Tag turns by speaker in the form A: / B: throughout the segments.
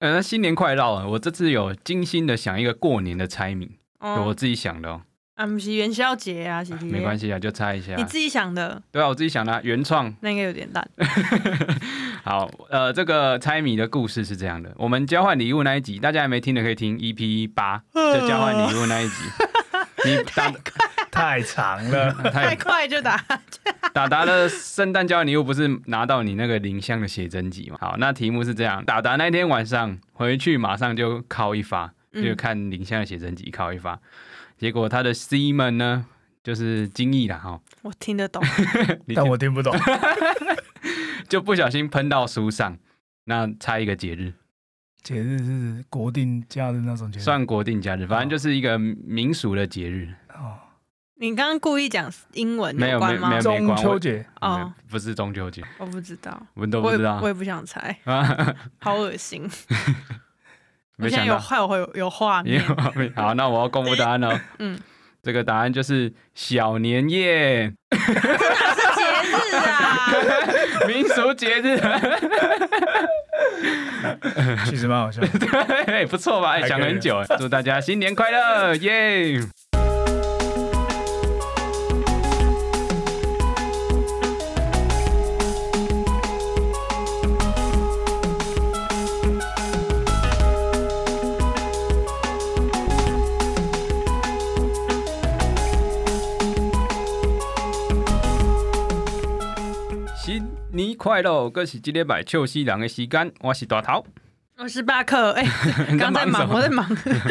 A: 呃，那新年快到了，我这次有精心的想一个过年的猜谜，有我
B: 哦，
A: 自己想的哦，
B: 啊，不是元宵节啊，是
A: 没关
B: 系，
A: 系啊，就猜一下
B: 你。自己想的，
A: 对啊，我自己想的啊、原创。
B: 那应该有点烂。
A: 好，呃，这个猜谜的故事是这样的：我们交换礼物那一集，大家还没听的可以听 EP 八，就交换礼物那一集。 你打
C: 太长了。
B: 呃太
A: 太
B: 快就打，
A: 达达的圣诞交换礼物不是拿到你那个林香的写真集吗？好，那题目是这样：达达那天晚上回去，马上就敲一发，
B: 嗯
A: 就看林香的写真集敲一发。结果他的 C 们呢，就是惊异了 哈，
B: 我听得 懂。
A: 你
C: 但我听不懂，
A: 就不小心喷到书上。那猜一个节日，
C: 节日是国定假日那种节日，
A: 算国定假日，
B: 哦
A: 反正就是一个民俗的节日，
C: 哦，
B: 你刚刚故意讲英文
A: 没有
B: 关吗
A: 没？有
C: 中
A: 关我
C: 秋节
B: 哦
A: 嗯不是中秋节，
B: 我不知道，
A: 我们都不
B: 我也
A: 知道
B: 我也不想猜，
A: 啊。
B: 好恶心。我
A: 没
B: 现在
A: 想
B: 有
A: 到，
B: 画有有画
A: 因
B: 面
A: 为，我好，那我要公布答案了。
B: 嗯，
A: 这个答案就是小年夜，
B: 节日啊，
A: 民俗节日，
C: 其实蛮好笑的。
A: 嘿哎不错吧？
C: 还可以
A: 想很久，哎祝大家新年快乐，耶！新年快乐！我是今天摆秋夕郎的时间，我是大头。
B: 我是巴克，哎，刚在忙，我在忙，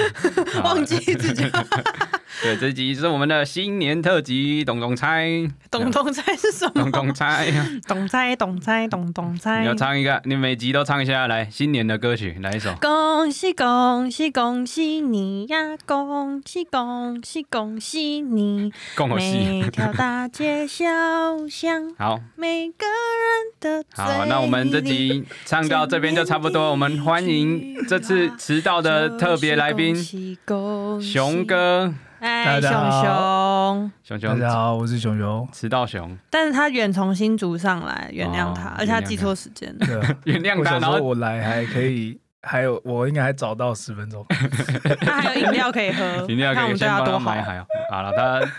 B: 忘记自己
A: 啊 对，这集是我们的新年特辑，懂懂猜，
B: 懂懂猜是什么
A: 懂？懂猜，
B: 懂猜懂猜懂懂
A: 你
B: 猜
A: 要。唱一个，你每集都唱一下，来新年的歌曲，来一首。
B: 恭喜恭喜恭喜你呀！恭喜恭喜恭喜你！
A: 共我戏。
B: 每条大街小 巷，
A: 好，
B: 每个人的嘴
A: 好，那我们这
B: 里
A: 集唱到这边就差不多，我们欢迎这次迟到的特别来宾
B: 啊恭喜恭喜
A: 熊，哥，
B: 哎，
C: 大
B: 熊
C: 家好
A: 熊
B: 熊，
C: 大
A: 熊
C: 家好，我是熊熊。
A: 迟到熊，
B: 但是他远从新竹上来，原谅他
A: 哦，
B: 而且他记错时间 了。
C: 对啊，
A: 原谅
C: 我
A: 他，
C: 想
A: 然
C: 说
A: 后
C: 我来还可以，还有我应该还早到十分钟。
B: 他还有饮料可以喝，
A: 饮料
B: 看我
A: 给
B: 们对
A: 先帮
B: 多
A: 他
B: 好
A: 买。好。好了，他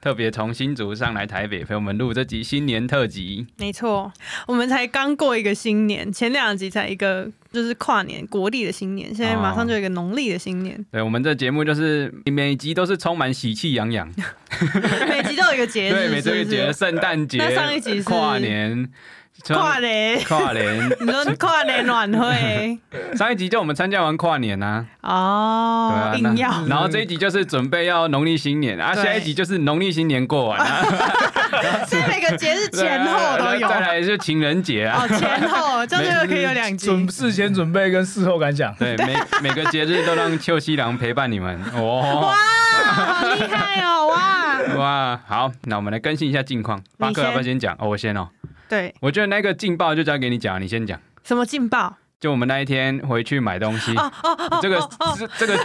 A: 特别从新竹上来台北陪我们录这集新年特辑。
B: 没错，我们才刚过一个新年，前两集才一个就是跨年国历的新年，现在
A: 哦
B: 马上就有一个农历的 新年，
A: 对，我们这节目就是每集都是充满喜气洋洋，
B: 每集都有一个节日，
A: 对，每周一
B: 是不是
A: 节圣诞节，
B: 那上一集是
A: 跨年，
B: 跨年，
A: 跨年，
B: 你说跨年 晚会
A: 上一集就我们参加完跨年啊， 对
B: 哦
A: 啊，，那
B: 硬要
A: 然后这一集就是准备要农历新年啊，
B: 对
A: 下一集就是农历新年过完啊，
B: 所以每个节日 前
A: 对啊
B: 后都
A: 然
B: 有
A: 后再来就情人节啊，
B: 哦，前 后这样就可以有两集。
C: 准事前准备跟事后感想。
A: 对，每每个节日都让秋西郎陪伴你 们
B: 哇
A: 哦，，
B: 好厉害哦！哇，
A: 哇，好，那我们来更新一下近况，巴克
B: 你先
A: 要不要先讲？哦，我先哦，
B: 对，
A: 我觉得那个劲爆就交给你讲，你先讲。
B: 什么劲爆？
A: 就我们那一天回去买东西，
B: 哦哦哦，
A: 这个
B: 哦哦
A: 这这个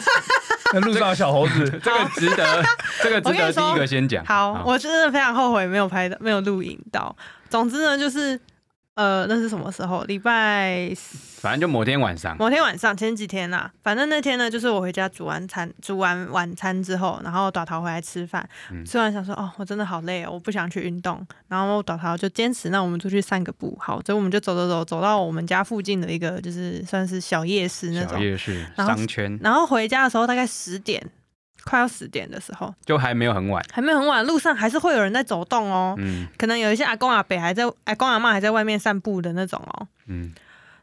C: 那路上有小 猴子，
A: 这个值 得，这个值
B: 我跟
A: 得第
B: 你说
A: 一个先讲。
B: 好，我真的非常后悔没有拍到，没有录影到。总之呢，就是呃，那是什么时候？礼拜
A: 反正就某天晚上，
B: 某天晚上，前几天啦、反正那天呢，就是我回家煮完餐，煮完晚餐之后，然后短桃回来吃饭，
A: 嗯
B: 吃完想说，哦，我真的好累哦，我不想去运动，然后短桃就坚持，那我们出去散个步，好，所以我们就走走走，走到我们家附近的一个就是算是小夜市那
A: 小
B: 种，
A: 夜市
B: 然后
A: 商圈
B: 然后回家的时候大概十点，快要十点的时候，
A: 就还没有很晚。
B: 还没有很晚，路上还是会有人在走动哦，
A: 嗯
B: 可能有一些阿公阿伯还在，阿公阿妈还在外面散步的那种哦，
A: 嗯，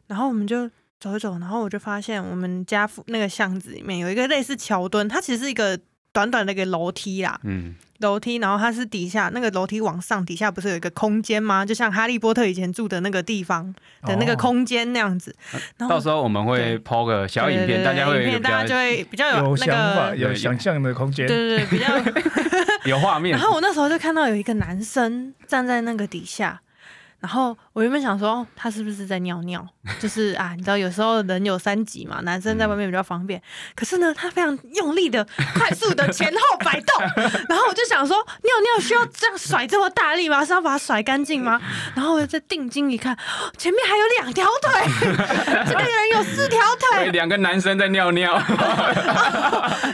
B: 然后我们就走一走，然后我就发现我们家附那个巷子里面有一个类似桥墩，它其实是一个短短的一个楼梯啦，
A: 嗯，
B: 楼梯，然后它是底下那个楼梯往上，底下不是有一个空间吗？就像哈利波特以前住的那个地方的
C: 哦
B: 那个空间那样子。然后
A: 哦到时候我们会
B: 哦对
A: PO 个小影
B: 对对
A: 片，
B: 对
A: 大家会有
B: 影
A: 一个
B: 片，
A: 比
B: 大家就
A: 较
B: 会比较
C: 哦有
B: 那
C: 想法，
B: 个。
C: 有想象的空间
B: 对。对对，比较。
A: 有画面
B: 然。后我那时候就看到有一个男生站在那个底下，然后我原本想说哦他是不是在尿尿，就是啊，你知道有时候人有三急嘛，男生在外面比较方便。可是呢，他非常用力的、快速的前后摆动， 然后我就想说，尿尿需要这样甩这么大力吗？是要把它甩干净吗？然后我再定睛一看，前面还有两条腿， 这个人有四条
A: 哎
B: 腿，
A: 两个男生在尿尿，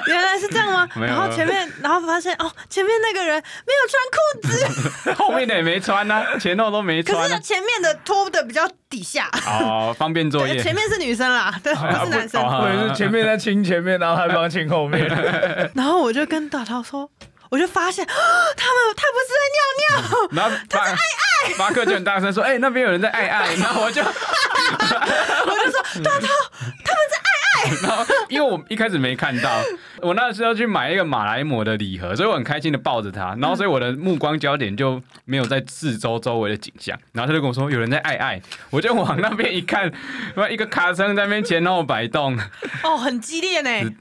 B: 原来是这样吗？
A: 没有
B: 然后前面，然后发现哦，前面那个人没有穿裤子，
A: 后面的也没穿啊，前后都没
B: 可
A: 穿
B: 是
A: 啊。
B: 前面的拖的比较底下。
A: 哦，方便作
B: 对，
A: 业。
B: 前面是女 生啦，对，不是男生。
A: 啊
C: 或者是前面在亲前面，然后还帮亲后面，
B: 然后我就跟大涛说，我就发现、啊 他们他不是在 尿尿，
A: 然后巴巴克就很大声说：“哎、那边有人在爱爱。”然后我 就，嗯
B: 我就说大涛，
A: 然后因为我一开始没看到，我那时候去买一个马来貘的礼盒，所以我很开心的抱着它，然后所以我的目光焦点就没有在四周周围的景象，然后他就跟我说有人在爱爱，我就往那边一看，哇，一个卡车在那边前后摆动，
B: 哦，很激烈呢。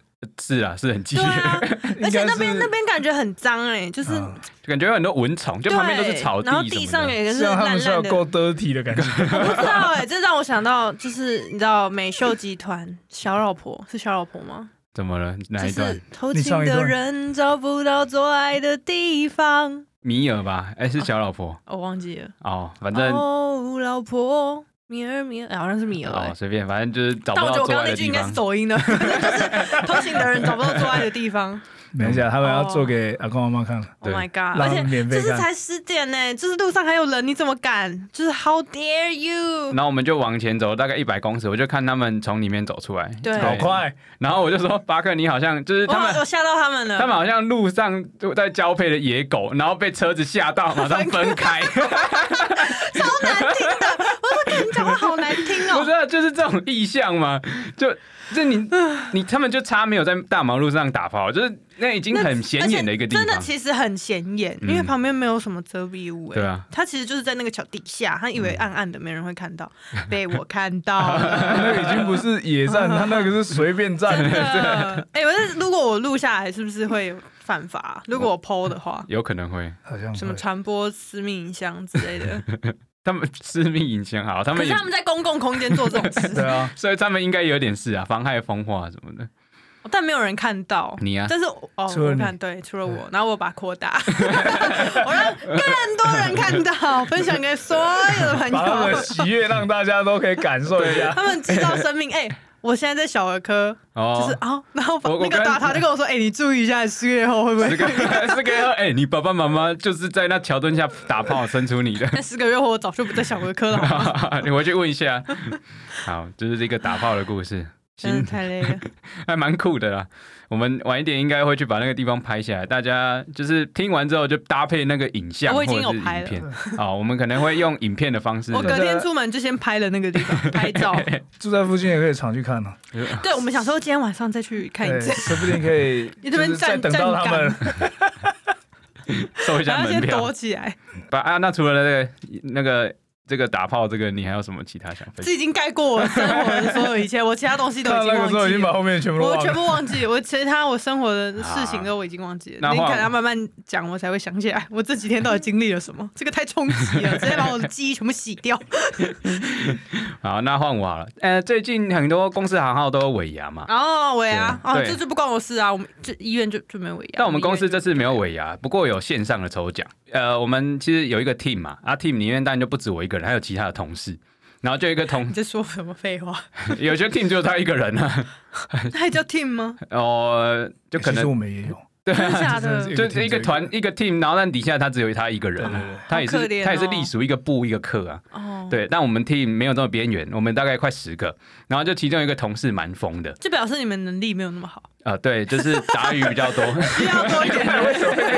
A: 是啊，是很激
B: 对
A: 烈，
B: 啊，而且那边
C: 应该是
B: 那边感觉很脏哎，就是
C: 嗯
A: 就 感觉有很多蚊虫，就
B: 对，
A: 旁边都是草地
B: 然后
A: 什
B: 地
A: 么
B: 上
A: 的。
B: 也是
C: 这样啊他
B: 烂
C: 们是要
B: 烂的。
C: 够 dirty 的感觉。
B: 我不知道哎、这让我想到就是你知道美秀集团小老婆是小老婆吗？
A: 怎么了？哪
B: 就
A: 一段？
B: 是偷
C: 你
B: 情
C: 唱一
B: 的
C: 段
B: 人找不到做爱的地方，
A: 米尔吧？哎、
B: 啊
A: 是小老婆
B: 我忘记了。
A: 哦，反正哦
B: 哦，老婆，米儿米儿，哎好像是米儿、哎
A: 随便，反正就是哦找不
B: 但我觉得
A: 到做
B: 我刚刚
A: 爱
B: 那
A: 的
B: 句
A: 地
B: 应该是
A: 方。
B: 走 音的，反正就是偷情的人找不到做爱的地方。
C: 等一下，啊他们要
B: 哦
C: 做给阿公阿妈看了，
B: Oh
A: 对
B: my god！而
C: 让他
B: 且
C: 们免
B: 这
C: 费
B: 是
C: 看。
B: 才十点呢，就是路上还有人，你怎么敢？就是 How dare you！
A: 然后我们就往前走大概一百公尺，我就看他们从里面走出来，
B: 对嗯
C: 好快，
A: 然后我就说：“巴克，你好像就是
B: 我
A: 他
B: 我
A: 们，
B: 吓到他们了。
A: 他们好像路上就在交配的野狗，然后被车子吓到，马上分 开。
B: 超难 听的，我说看你讲话好难听
A: 不
B: 哦
A: 是、。啊， 就是这种意象嘛？就就你你他们就差没有在大马路上打炮，就是那已经
B: 那
A: 很显眼的一个地
B: 而且真的
A: 方。嗯
B: 其实很显眼，因为旁边没有什么遮蔽物、哎，
A: 对啊，嗯
B: 他其实就是在那个桥底下，他以为暗暗的没人会 看到，被我看到了。
C: 那个已经不是野战，他那个是随 便
B: 真
C: 战。
B: 的，哎、我是如果我录下来，是不是会犯法啊、如果我 PO 的话，
A: 有可能会，
C: 好像
B: 什么
C: 会
B: 传播私密影像之类的。
A: 他们私密影响 好，他
B: 可
A: 们
B: 是
A: 也，
B: 他们在公共空间做这 种
C: 对
B: 事，
C: 啊，
A: 所以他们应该有点事啊，妨害风化什么的。
B: 但没有人看到。
A: 你啊，
B: 但是我哦，
C: 除了
B: 我
C: 你嗯
B: 看对，除了我，然后我把它扩 大，我让更多人看到， 分享给所有的朋
C: 把他们的
B: 友，
C: 喜悦让大家都可以感受一下。
B: 他们知道生命。哎、我现在在小儿科，就是
A: 哦，
B: 啊、哦然后把
A: 我我
B: 那
A: 刚
B: 个 大他就跟我说，哎、你注意一下，四个月后会不会
A: 是？个 是个哎，你爸爸妈妈就是在那桥墩下打炮生出你的。”
B: 那十个月后我早就不在小儿科了好吗，
A: 你回去问一下。好，这、就是一个打炮的故事，
B: 真
A: 行，
B: 的太累了。
A: 还蛮酷的啦。我们晚一点应该会去把那个地方拍下来，大家就是听完之后就搭配那个影像
B: 哦我
A: 或
B: 已
A: 者
B: 经
A: 是
B: 有拍
A: 影
B: 了
A: 片。好，我们可能会用影片的方式。
B: 我隔天出门就先拍了那个地 方拍照，
C: 住在附近也可以常去看呢，
B: 对我们想说今天晚上再去看一
C: 对，
B: 次，
C: 说不定 可以
B: 你这边
C: 就是再
B: 站
C: 等到他们
B: 站
A: 收一
B: 然
A: 下
B: 后
A: 门
B: 先
A: 票
B: 躲。起来，
A: 把啊，那除了那个那个这个打炮这个，你还有什么其他想分享？
B: 这已经盖过我生活的所有一切，我其他东西都已
C: 看
B: 经
C: 那个
B: 忘
C: 时候已
B: 记
C: 经把
B: 了。
C: 后面全部都
B: 我
C: 忘
B: 全
C: 了。
B: 部忘记，我其他我生活的事情都我已经忘记了。
A: 啊
B: 你
A: 那
B: 可
A: 换
B: 能要慢慢讲，我才会想起来我这几天到底经历了什 么。这个太冲击了，直接把我的记忆全部洗 掉。
A: 好，那换我好了。呃，最近很多公司行号都有尾牙嘛，
B: 哦，尾牙，
A: 对
B: 哦，
A: 对
B: 这就不关我事啊，我们这医院就就没有尾牙。
A: 但我们公司
B: 医院
A: 这次没有尾牙，不过有线上的抽奖。呃，我们其实有一个 team 嘛，啊 team 里面当然就不止我一个人，还有其他的同事。然后就一个同
B: 你，在说什么废话？
A: 有些 team 就他一个人啊，
B: 那还叫 team 吗？
A: 哦，就可
C: 其实
A: 能啊
C: 我们也有，
B: 真的假
C: 真
B: 的
C: 的是？
A: 就是一个团一个 team，然后但底下他只有他一个人
C: 对
A: 啊
C: 对对，
A: 他也
B: 好
A: 是
B: 可怜哦
A: 他也是隶属一个部一个课啊，
B: 哦，
A: 对。但我们 team 没有这么边缘，我们大概快十个，然后就其中一个同事蛮疯的，
B: 就表示你们能力没有那么好，
A: 啊，对，就是杂鱼比较多。
B: 需要多一点人。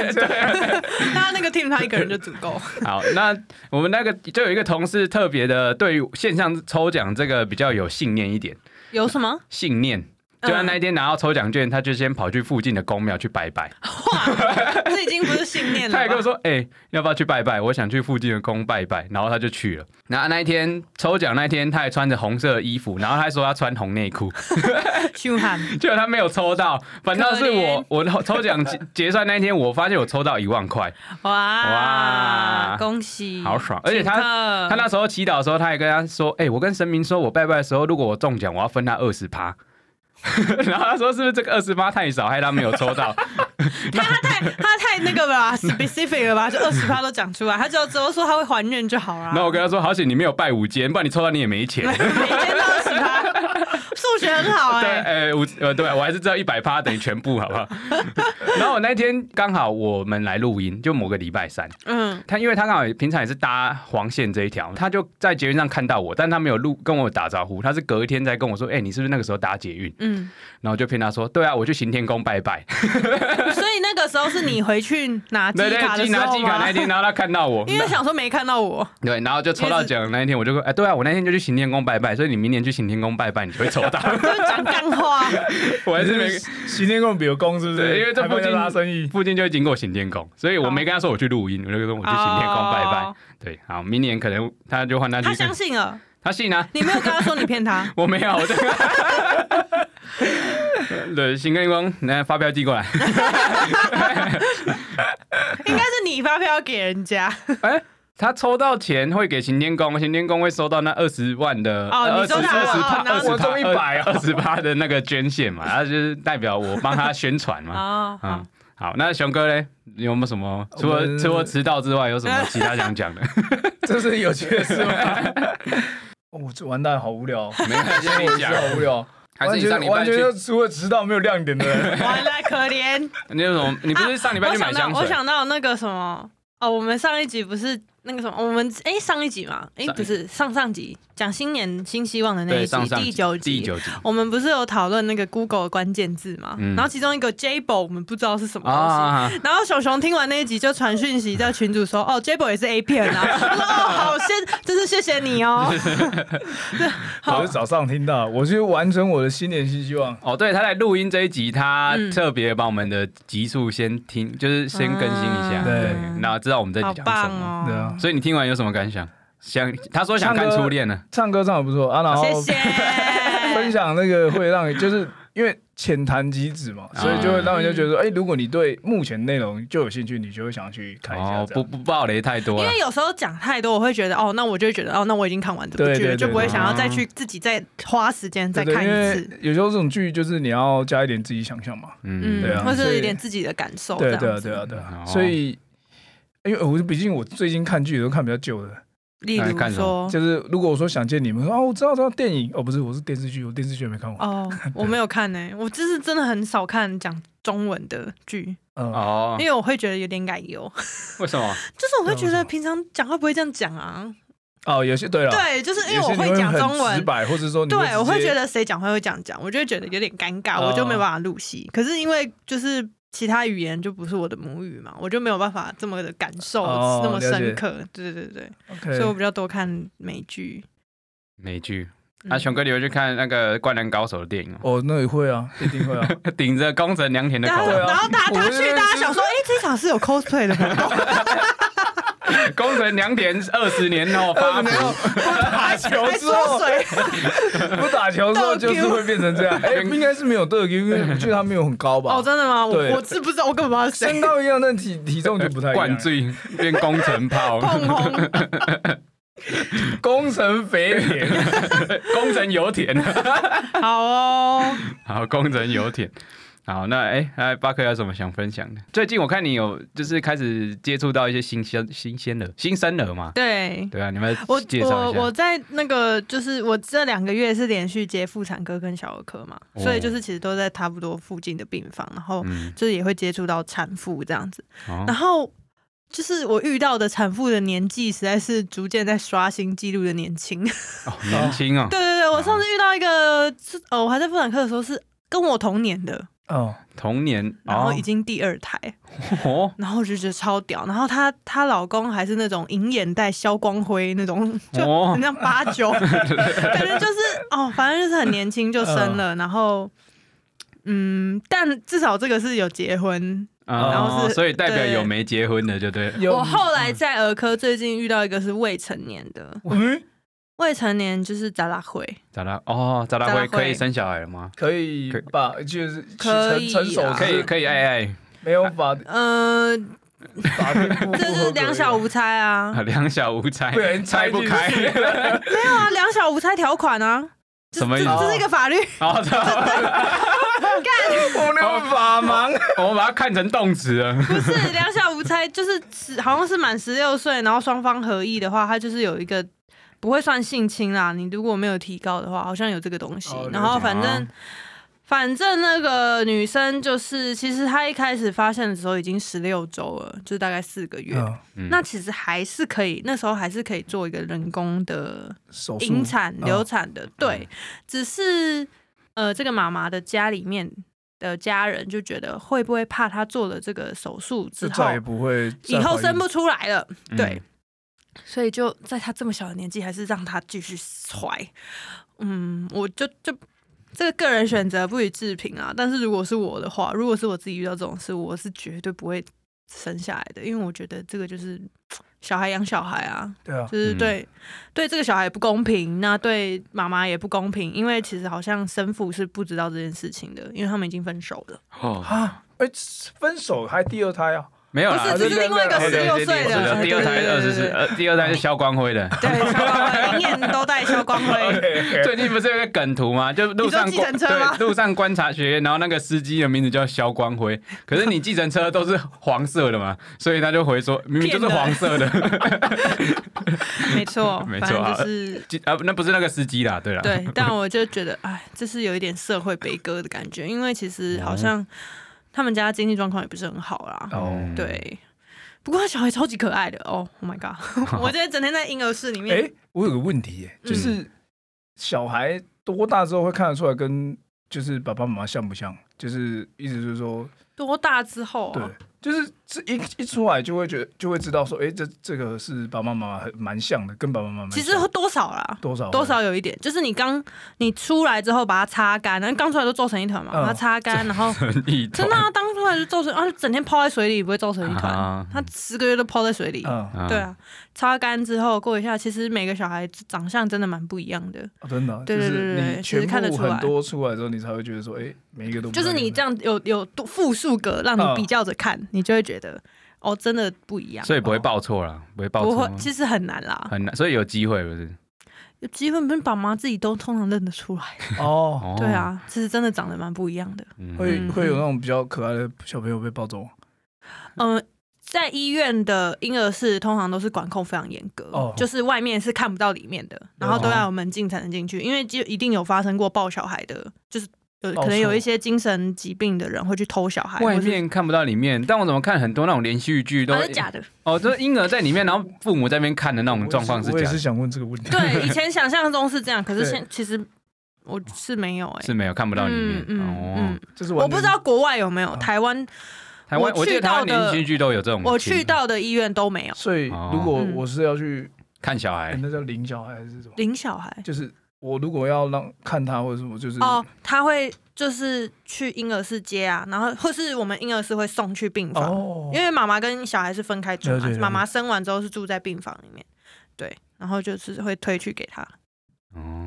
B: 那那个 team 他一个人就足够。
A: 好，那我们那个就有一个同事特别的对于线上抽奖这个比较有信念一点。
B: 有什么？
A: 信念。就他那一天拿到抽奖券，他就先跑去附近的公庙去拜拜。
B: 哇，这已经不是信念了吧。
A: 他也跟我说：“哎、要不要去拜拜？我想去附近的宫拜拜。”然后他就去了。然后那一天抽奖那一天，他还穿着红色的衣服，然后他还说他穿红内裤，
B: 凶悍，
A: 结果他没有抽到。反倒是我，我的抽奖结结算那一天，我发现我抽到一万块，
B: 哇
A: 哇
B: 恭喜，
A: 好爽！而且他
B: 他
A: 他那时候祈祷的时候，他也跟他说：“哎、我跟神明说，我拜拜的时候，如果我中奖，我要分他二十趴。” 然后他说：“是不是这个二十趴太少，害他没有抽到？”
B: 他他太他太那个了吧，specific 了吧，就二十趴都讲出来，他只要只要说他会还愿就好啦。
A: 然后我跟他说：“好险你没有拜五间，不然你抽到你也没 钱。”
B: 每天都二十趴，数学很好
A: 对，
B: 哎、
A: 呃，五呃，对我还是知道一百趴等于全部，好不好？ 然后我那天刚好我们来录音，就某个礼拜三，
B: 嗯，
A: 他因为他刚好平常也是搭黄线这一条，他就在捷运上看到我，但他没有录跟我打招呼，他是隔一天才跟我说，哎、你是不是那个时候搭捷运？
B: 嗯，
A: 然后我就骗他说，对啊，我去行天宫拜 拜，
B: 所以那个时候是你回去拿机
A: 对
B: 卡
A: 对，
B: 的
A: 寄
B: 时
A: 拿
B: 候
A: 寄卡
B: 吗
A: 那？天，然后他看到我，
B: 因为想说没看到我，
A: 对，然后就抽到奖的那一天，我就说，哎、对啊，我那天就去行天宫拜拜，所以你明年去行天宫拜拜，你就会抽 到，
B: 就是讲干话，
A: 我还是没。
C: 行天宫比如公是不
A: 对
C: 是？
A: 因为这
C: 还帮
A: 附近
C: 人家拉 生意，
A: 附近就会经过行天宫，所以我没跟他说我去录音，我就 跟我
B: 我
A: 去行天宫拜拜。对，好，明年可能他就换他去
B: 哦他
A: 看
B: 相，信了，
A: 他信啊，
B: 你没有跟他说你骗他，
A: 我没有，我就 对，行天宫，那发票寄过来。
B: 应该是你发票给人家。
A: 他抽到钱会给行天宫，行天宫会收到那二十万的
B: 哦
A: 二
B: 你
A: 十
B: 说他
A: 二十趴
B: 哦然
A: 二
B: 后
A: 十
C: 我中100
A: 二十趴的那个捐献 嘛，他就是代表我帮他宣传嘛。
B: 哦，好
A: 嗯，好，那熊哥嘞，有没有什么除
C: 我
A: 了
C: 们
A: 除了迟到之外，有什 么其他想讲的？
C: 这是有趣的事 吗？我这完蛋，好无 聊哦，
A: 没关系，
C: 我
A: 你
C: 是
A: 讲。
C: 好无聊，
A: 还是
C: 完
A: 你上
C: 全
A: 礼拜
C: 完
A: 去
C: 全？就除了迟到没有亮点的人。
B: 完了，可怜。
A: 你有什么？你不是上礼拜
B: 啊我
A: 去买
B: 想到，
A: 香水？
B: 我想到那个什么，哦，我们上一集不是那个什么，我们哎、上一集嘛，哎、
A: 上一
B: 不是上上集讲新年新希望的那
A: 对，
B: 一集
A: 上上
B: 第九集。
A: 第九集
B: 我们不是有讨论那个 Google 的关键字嘛？
A: 嗯
B: 然后其中一个 Jable 我们不知哦道是什么东西，
A: 啊，
B: 然后熊熊听完那一集就传讯息在群主说：“哦，Jable 也是 A 片啊。”我说：“哦，好，谢，真是谢谢你 哦。
C: 我是早上听到，我去完成我的新年新希望。
A: 哦，对，他在录音这一集，他
B: 嗯
A: 特别把我们的集数先听，就是先更新一下，
B: 嗯
A: 对，那知道我们这”
B: 好
A: 集讲什
B: 棒
A: 么。
C: 对
B: 哦
C: 啊！
A: 所以你听完有什么感想？想他说想看初恋呢，
C: 唱歌唱的不错啊，然后
B: 谢谢
C: 分享那个会让你就是因为浅谈即止嘛，
A: 啊
C: 所以就会让人家觉得说，哎，如果你对目前内容就有兴趣，你就会想去看一下
A: 哦，
C: 这
A: 不
C: 样。
A: 不暴雷太多
B: 因
A: 了
B: 为。有时候讲太多，我会觉得哦，那我就会觉得哦，那我已经看完这部
C: 对
B: 剧了，
C: 对对
B: 就不会
A: 对
B: 想要再去自己再花时间再
C: 对
B: 看
C: 对，
B: 一
C: 因
B: 次，
C: 为有时候这种剧就是你要加一点自己想象嘛。
A: 嗯，
B: 嗯，
C: 对啊
B: 或是
C: 所以
B: 有点自己的感受这
C: 对
B: 样子。
C: 对啊，对啊，对啊
A: 哦。
C: 所以，因为我毕竟我最近看剧都看比较久的，
B: 例
A: 哎
B: 如
A: 看什
B: 说
A: 么。
C: 就是如果我说想见你们，说啊，我知道知道电影哦，不是，我是电视剧，我电视剧也没看完。
B: 哦，我没有看呢、我就是真的很少看讲中文的剧，
C: 嗯，
A: 哦
B: 因，为我会觉得有点改油，
A: 为什么？
B: 就是我会觉
C: 那为什
B: 得
C: 么
B: 平常讲话不会这样讲啊，
C: 哦，有些对了，
B: 对，就是因为
C: 有些
B: 我
C: 你会
B: 讲
C: 很
B: 中
C: 直
B: 文，
C: 白，或者说你
B: 对，我会
C: 直接哦
B: 觉得谁讲话会这样讲，我就会觉得有点尴尬，我就没有办法入戏。可是因为就是其他语言就不是我的母语嘛，我就没有办法这么的感受、
C: 哦
B: 那么
C: 了
B: 深
C: 解
B: 刻。对对对对，
C: OK，
B: 所以我比较多看美剧。
A: 美剧。
B: 嗯
A: 啊，熊哥，你会去看那个《灌篮高手》的电影 哦？
C: 哦，那也会啊，一定会啊。
A: 顶着宫城良田的
B: 然后，
A: 口
C: 对啊
B: 然后大家
C: 我
B: 他
C: 就
B: 去，
C: 是
B: 大家想说，哎，这场是有 cosplay 的 活动，
A: 吻，宫城良田二十年后发福，
C: 打球
B: 还
C: 之
B: 缩
C: 后，
B: 水，
C: 不打球之后就是会变成这样。哎，应该是没有德因为我觉得他没有很高吧
B: 哦，。真的吗？我
C: 对
B: 我知不知道？我根本不知道是
C: 身
B: 谁。
C: 高一样，但体体重就不太一样。
A: 灌醉变宫城炮，
B: 碰红，
C: 工程肥脸，
A: 宫城油田。
B: 好哦，
A: 好，工人油田。好，那哎，哎，巴克有什么想分享的？最近我看你有就是开始接触到一些新鲜新鲜的新生儿嘛？
B: 对。
A: 对啊，你们
B: 我
A: 介绍
B: 我
A: 一下
B: 我。在那个就是我这两个月是连续接妇产科跟小儿科嘛，
A: 哦
B: 所以就是其实都在差不多附近的病房，然后
A: 嗯，
B: 就是也会接触到产妇这样子，
A: 哦
B: 然后。就是我遇到的产妇的年纪实在是逐渐在刷新记录的年轻。 对
A: 哦年轻哦，
B: 对对，我上次遇到一个，是呃，我还在妇产科的时候是跟我同年的，
C: 哦，
A: 童年，
B: 然后
A: 哦
B: 已经第二胎，
A: 哦，
B: 然后我就觉得超屌。然后她她老公还是那种银眼袋、消光辉那种， 就
A: 哦 嗯
B: 很像八九，感觉就是哦，反正就是很年轻就生了，然后嗯，但至少这个是有结婚。然后
A: 哦
B: 是
A: 所以代表
B: 对
A: 有没结婚的就对了。
C: 有
B: 我后来在儿科最近遇到一个是未成年的，
C: 嗯
B: 未成年就是杂拉会，
A: 咋啦？哦，咋啦？
B: 咋啦
A: 会可以
B: 会
A: 生小孩了吗？
C: 可以
A: 可以
C: 把就是
B: 可
C: 成
B: 以
C: 成熟
B: 啦
A: 可以，可以，哎哎
C: 没有法
B: 呃，
C: 法定不
B: 这就是两小无猜啊
A: 啊，， 两小无猜
C: 不然，
A: 猜
C: 猜
A: 不
C: 进
A: 开。
C: 去
B: 没有啊，两小无猜条款啊，
A: 什么意思
B: 这？这是一个法律，
A: 哦，知道了
C: 我没有法盲，
A: 我们把它看成动词了。
B: 不是两小无猜，就是十好像是满十六岁，然后双方合意的话，它就是有一个不会算性侵啦。你如果没有提高的话，好像有这个东西
C: 哦了。解
B: 然后反
A: 哦
B: 正反正那个女生就是，其实她一开始发现的时候已经十六周了，就是大概四个月。
A: 嗯
B: 那其实还是可以，那时候还是可以做一个人工的
C: 手
B: 引产、
C: 哦
B: 流产的，对，只是呃，这个妈妈的家里面的家人就觉得会不会怕她做了这个手术之
C: 就
B: 后
C: 再也，不会
B: 以
C: 再怀
B: 后
C: 孕
B: 生不出来了，
A: 嗯
B: 对，所以就在她这么小的年纪，还是让她继续怀。嗯，我就就这个个人选择不予置评啊。但是如果是我的话，如果是我自己遇到这种事，我是绝对不会生下来的，因为我觉得这个就是小孩养小孩啊，
C: 对啊，
B: 就是
A: 嗯
B: 对、对这个小孩也不公平，那对妈妈也不公平，因为其实好像生父是不知道这件事情的，因为他们已经分手了。
A: 哦，
C: 啊，哎，分手还第二胎啊，
A: 没有啦，
B: 不是这是另外一个
A: 对对对
B: 16岁的
A: 是的第二胎
B: 对对对
A: 二十四，
B: 对对
A: 呃，第二胎是肖光辉的。
B: 对，肖光辉永远都带肖光辉。
A: 最近不是有一个梗图吗？就路上
B: 你说计
A: 观
B: 程车吗
A: 对路上观察学院，然后那个司机的名字叫肖光 辉，可是你计程车都是黄色的嘛，所以他就回说明明就是黄色 的，
B: 没错，
A: 没
B: 反
A: 错
B: 正
A: 啊
B: 就是。
A: 计啊那不是那个司机啦，对啦，
B: 对，但我就觉得，哎，这是有一点社会悲歌的感觉，因为其实好像他们家经济状况也不是很好啦。
A: 嗯，
B: 对，不过他小孩超级可爱的哦、oh,，My God！我觉得整天在婴儿室里面，
C: 哎，我有个问题耶，
B: 嗯
C: 就是小孩多大之后会看得出来跟就是爸爸妈妈像不像？就是意思就是说，
B: 多大之后、
C: 对
B: 啊，，
C: 就是这一一出来就会觉得就会知道说，哎，这这个是爸爸妈妈很蛮像的，跟爸爸妈妈
B: 其实多少啦，
C: 多
A: 哦
C: 少
B: 多少有一点，就是你刚你出来之后把它擦干，然后刚出来都皱成一团嘛，
A: 哦
C: 嗯
B: 把它 擦干，然后
A: 很一头
B: 真的、啊，当出来就皱成，啊，就整天泡在水里不会皱成一团，
A: 啊
B: 他十个月都泡在水里，
C: 嗯，
A: 啊
B: 对啊，擦干之后过一下，其实每个小孩长相真的蛮不一样的，
C: 哦真的啊，
B: 对
C: 就
B: 对
C: 是
B: 对对对
C: 你
B: 其实
C: 全
B: 看得
C: 部
B: 出来
C: 很多出来之后，你才会觉得说，哎，每一个都不
B: 就是
C: 太一
B: 你
C: 样
B: 这样有有多复数个让你
C: 嗯
B: 比较着看，你就会觉得哦，真的不一样，哦
A: 所以不会报错啦，不会报
B: 不
A: 错
B: 会
A: 吗，，
B: 其实很难 啦，
A: 很难，所以有机会不是？
B: 有机会不是爸妈自己都通常认得出来，
C: 哦，
A: 哦
B: 对，啊，其实真的长得蛮不一样的。
A: 嗯
C: 会
B: 嗯
C: 会有那种比较可爱的小朋友被抱走吗
B: 嗯，在医院的婴儿室通常都是管控非常严格，
C: 哦
B: 就是外面是看不到里面的，然后都要有门禁才能进去，因为就一定有发生过抱小孩的，就是有
C: 抱
B: 可能有
C: 错
B: 一些精神疾病的人会去偷小孩，
A: 外
B: 或是
A: 面看不到里面，但我怎么看很多那种连续剧都
B: 啊是 假的。
A: 哦，就是婴儿在里面，然后父母在那边看的那种状况是
C: 我也
A: 假
C: 是
A: 的，
C: 想问这个问题。
B: 对，以前想象中是这样，可是
C: 对
B: 现其实我是没有哎、
A: 是没有看不到里面
B: 嗯嗯
A: 哦
B: 嗯。，
C: 这是
B: 我
C: 完全
B: 不知道国外有没有，
C: 哦
B: 台湾
A: 台湾，
B: 我
A: 我记得
B: 去
A: 台湾
B: 到的
A: 连续剧都有这种情况。
B: 我去到的医院都没有
C: 所以
A: 哦
C: 如果
B: 嗯
C: 我是要去，
A: 看小
C: 哎
A: 孩，
C: 那叫领小孩还是什么？
B: 领小孩
C: 就是我如果要让看他或者什么，就是
B: 哦，他会就是去婴儿室接啊，然后或是我们婴儿室会送去病房，
C: 哦
B: 因为妈妈跟小孩是分开住
C: 了解
B: 嘛
C: 了，解
B: 妈妈生完之后是住在病房里面，对，然后就是会推去给他。
A: 哦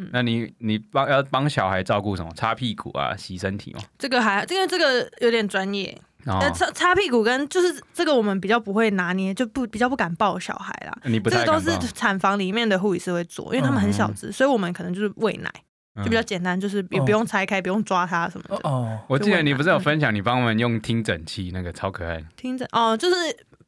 B: 嗯，
A: 那你你帮要帮小孩照顾什么？擦屁股啊，洗身体哦。
B: 这个还因为这个有点专业，但
A: 哦，
B: 擦擦屁股跟就是这个我们比较不会拿捏，就不比较不敢抱小孩啦。
A: 你不
B: 这
A: 太
B: 个都
A: 敢
B: 是
A: 抱，
B: 产房里面的护理师会做，因为他们很小
C: 嗯
B: 只，所以我们可能就是喂奶，
A: 嗯
B: 就比较。简单，就是也
C: 哦
B: 不用拆开，不用抓它什么的。
C: 哦，
A: 我记得你不
B: 嗯
A: 是有分享你帮我们用听诊器那个超可爱，
B: 听着哦，就是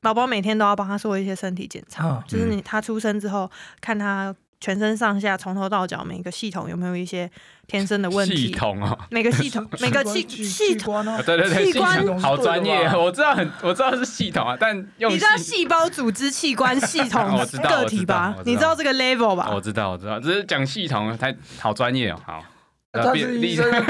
B: 宝宝每天都要帮他做一些身体检查，
A: 嗯
C: 啊
B: 就是你他出生之后，看他全身上下从头到脚每个系统有没有一些天生的问
A: 系
B: 题，
A: 统 哦，
B: 每个系 统每个系系统，
C: 统
A: 对对对，
B: 器
A: 系统
B: 官
A: 好专业，我知道很我知道是系统啊，但用
B: 你知道
A: 系
B: 细胞组织器官系统
A: 我知道
B: 个体吧
A: 我知道我知道？
B: 你知道这个 level 吧？
A: 哦我知道我知道，只是讲系统太好专业哦，好。呃
C: 他
A: 别
C: 是
A: 例
C: 医 生啊，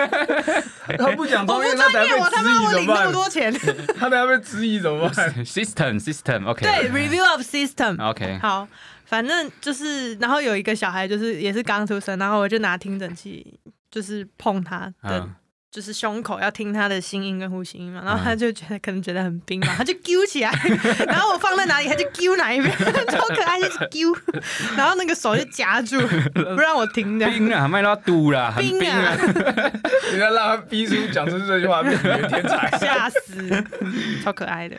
C: 他不讲
B: 我
C: 专业，
B: 不
C: 他
B: 专
C: 等
B: 业，我
C: 下
B: 他妈我
C: 被质
B: 领
C: 疑怎
B: 那么
C: 么办？
B: 多钱。
C: 他等下被质疑怎 么办？
A: system system OK
B: 对，review of system。
A: OK
B: 好，反正就是，然后有一个小孩就是也是刚出生，然后我就拿听诊器就是碰他的
A: 嗯
B: 就是胸口要听他的心音跟呼吸音嘛，然后他就觉得可能觉得很冰嘛，他就揪起来， 然后我放在哪里他就揪哪一边， 超可爱，就是揪，然后那个手就夹住，不让我停的。
A: 冰啊，卖到嘟啦，很
B: 冰
A: 冰啊
B: 啊，，
C: 人家让他逼出讲出这句话，变成天 才。
B: 吓死，超可爱的。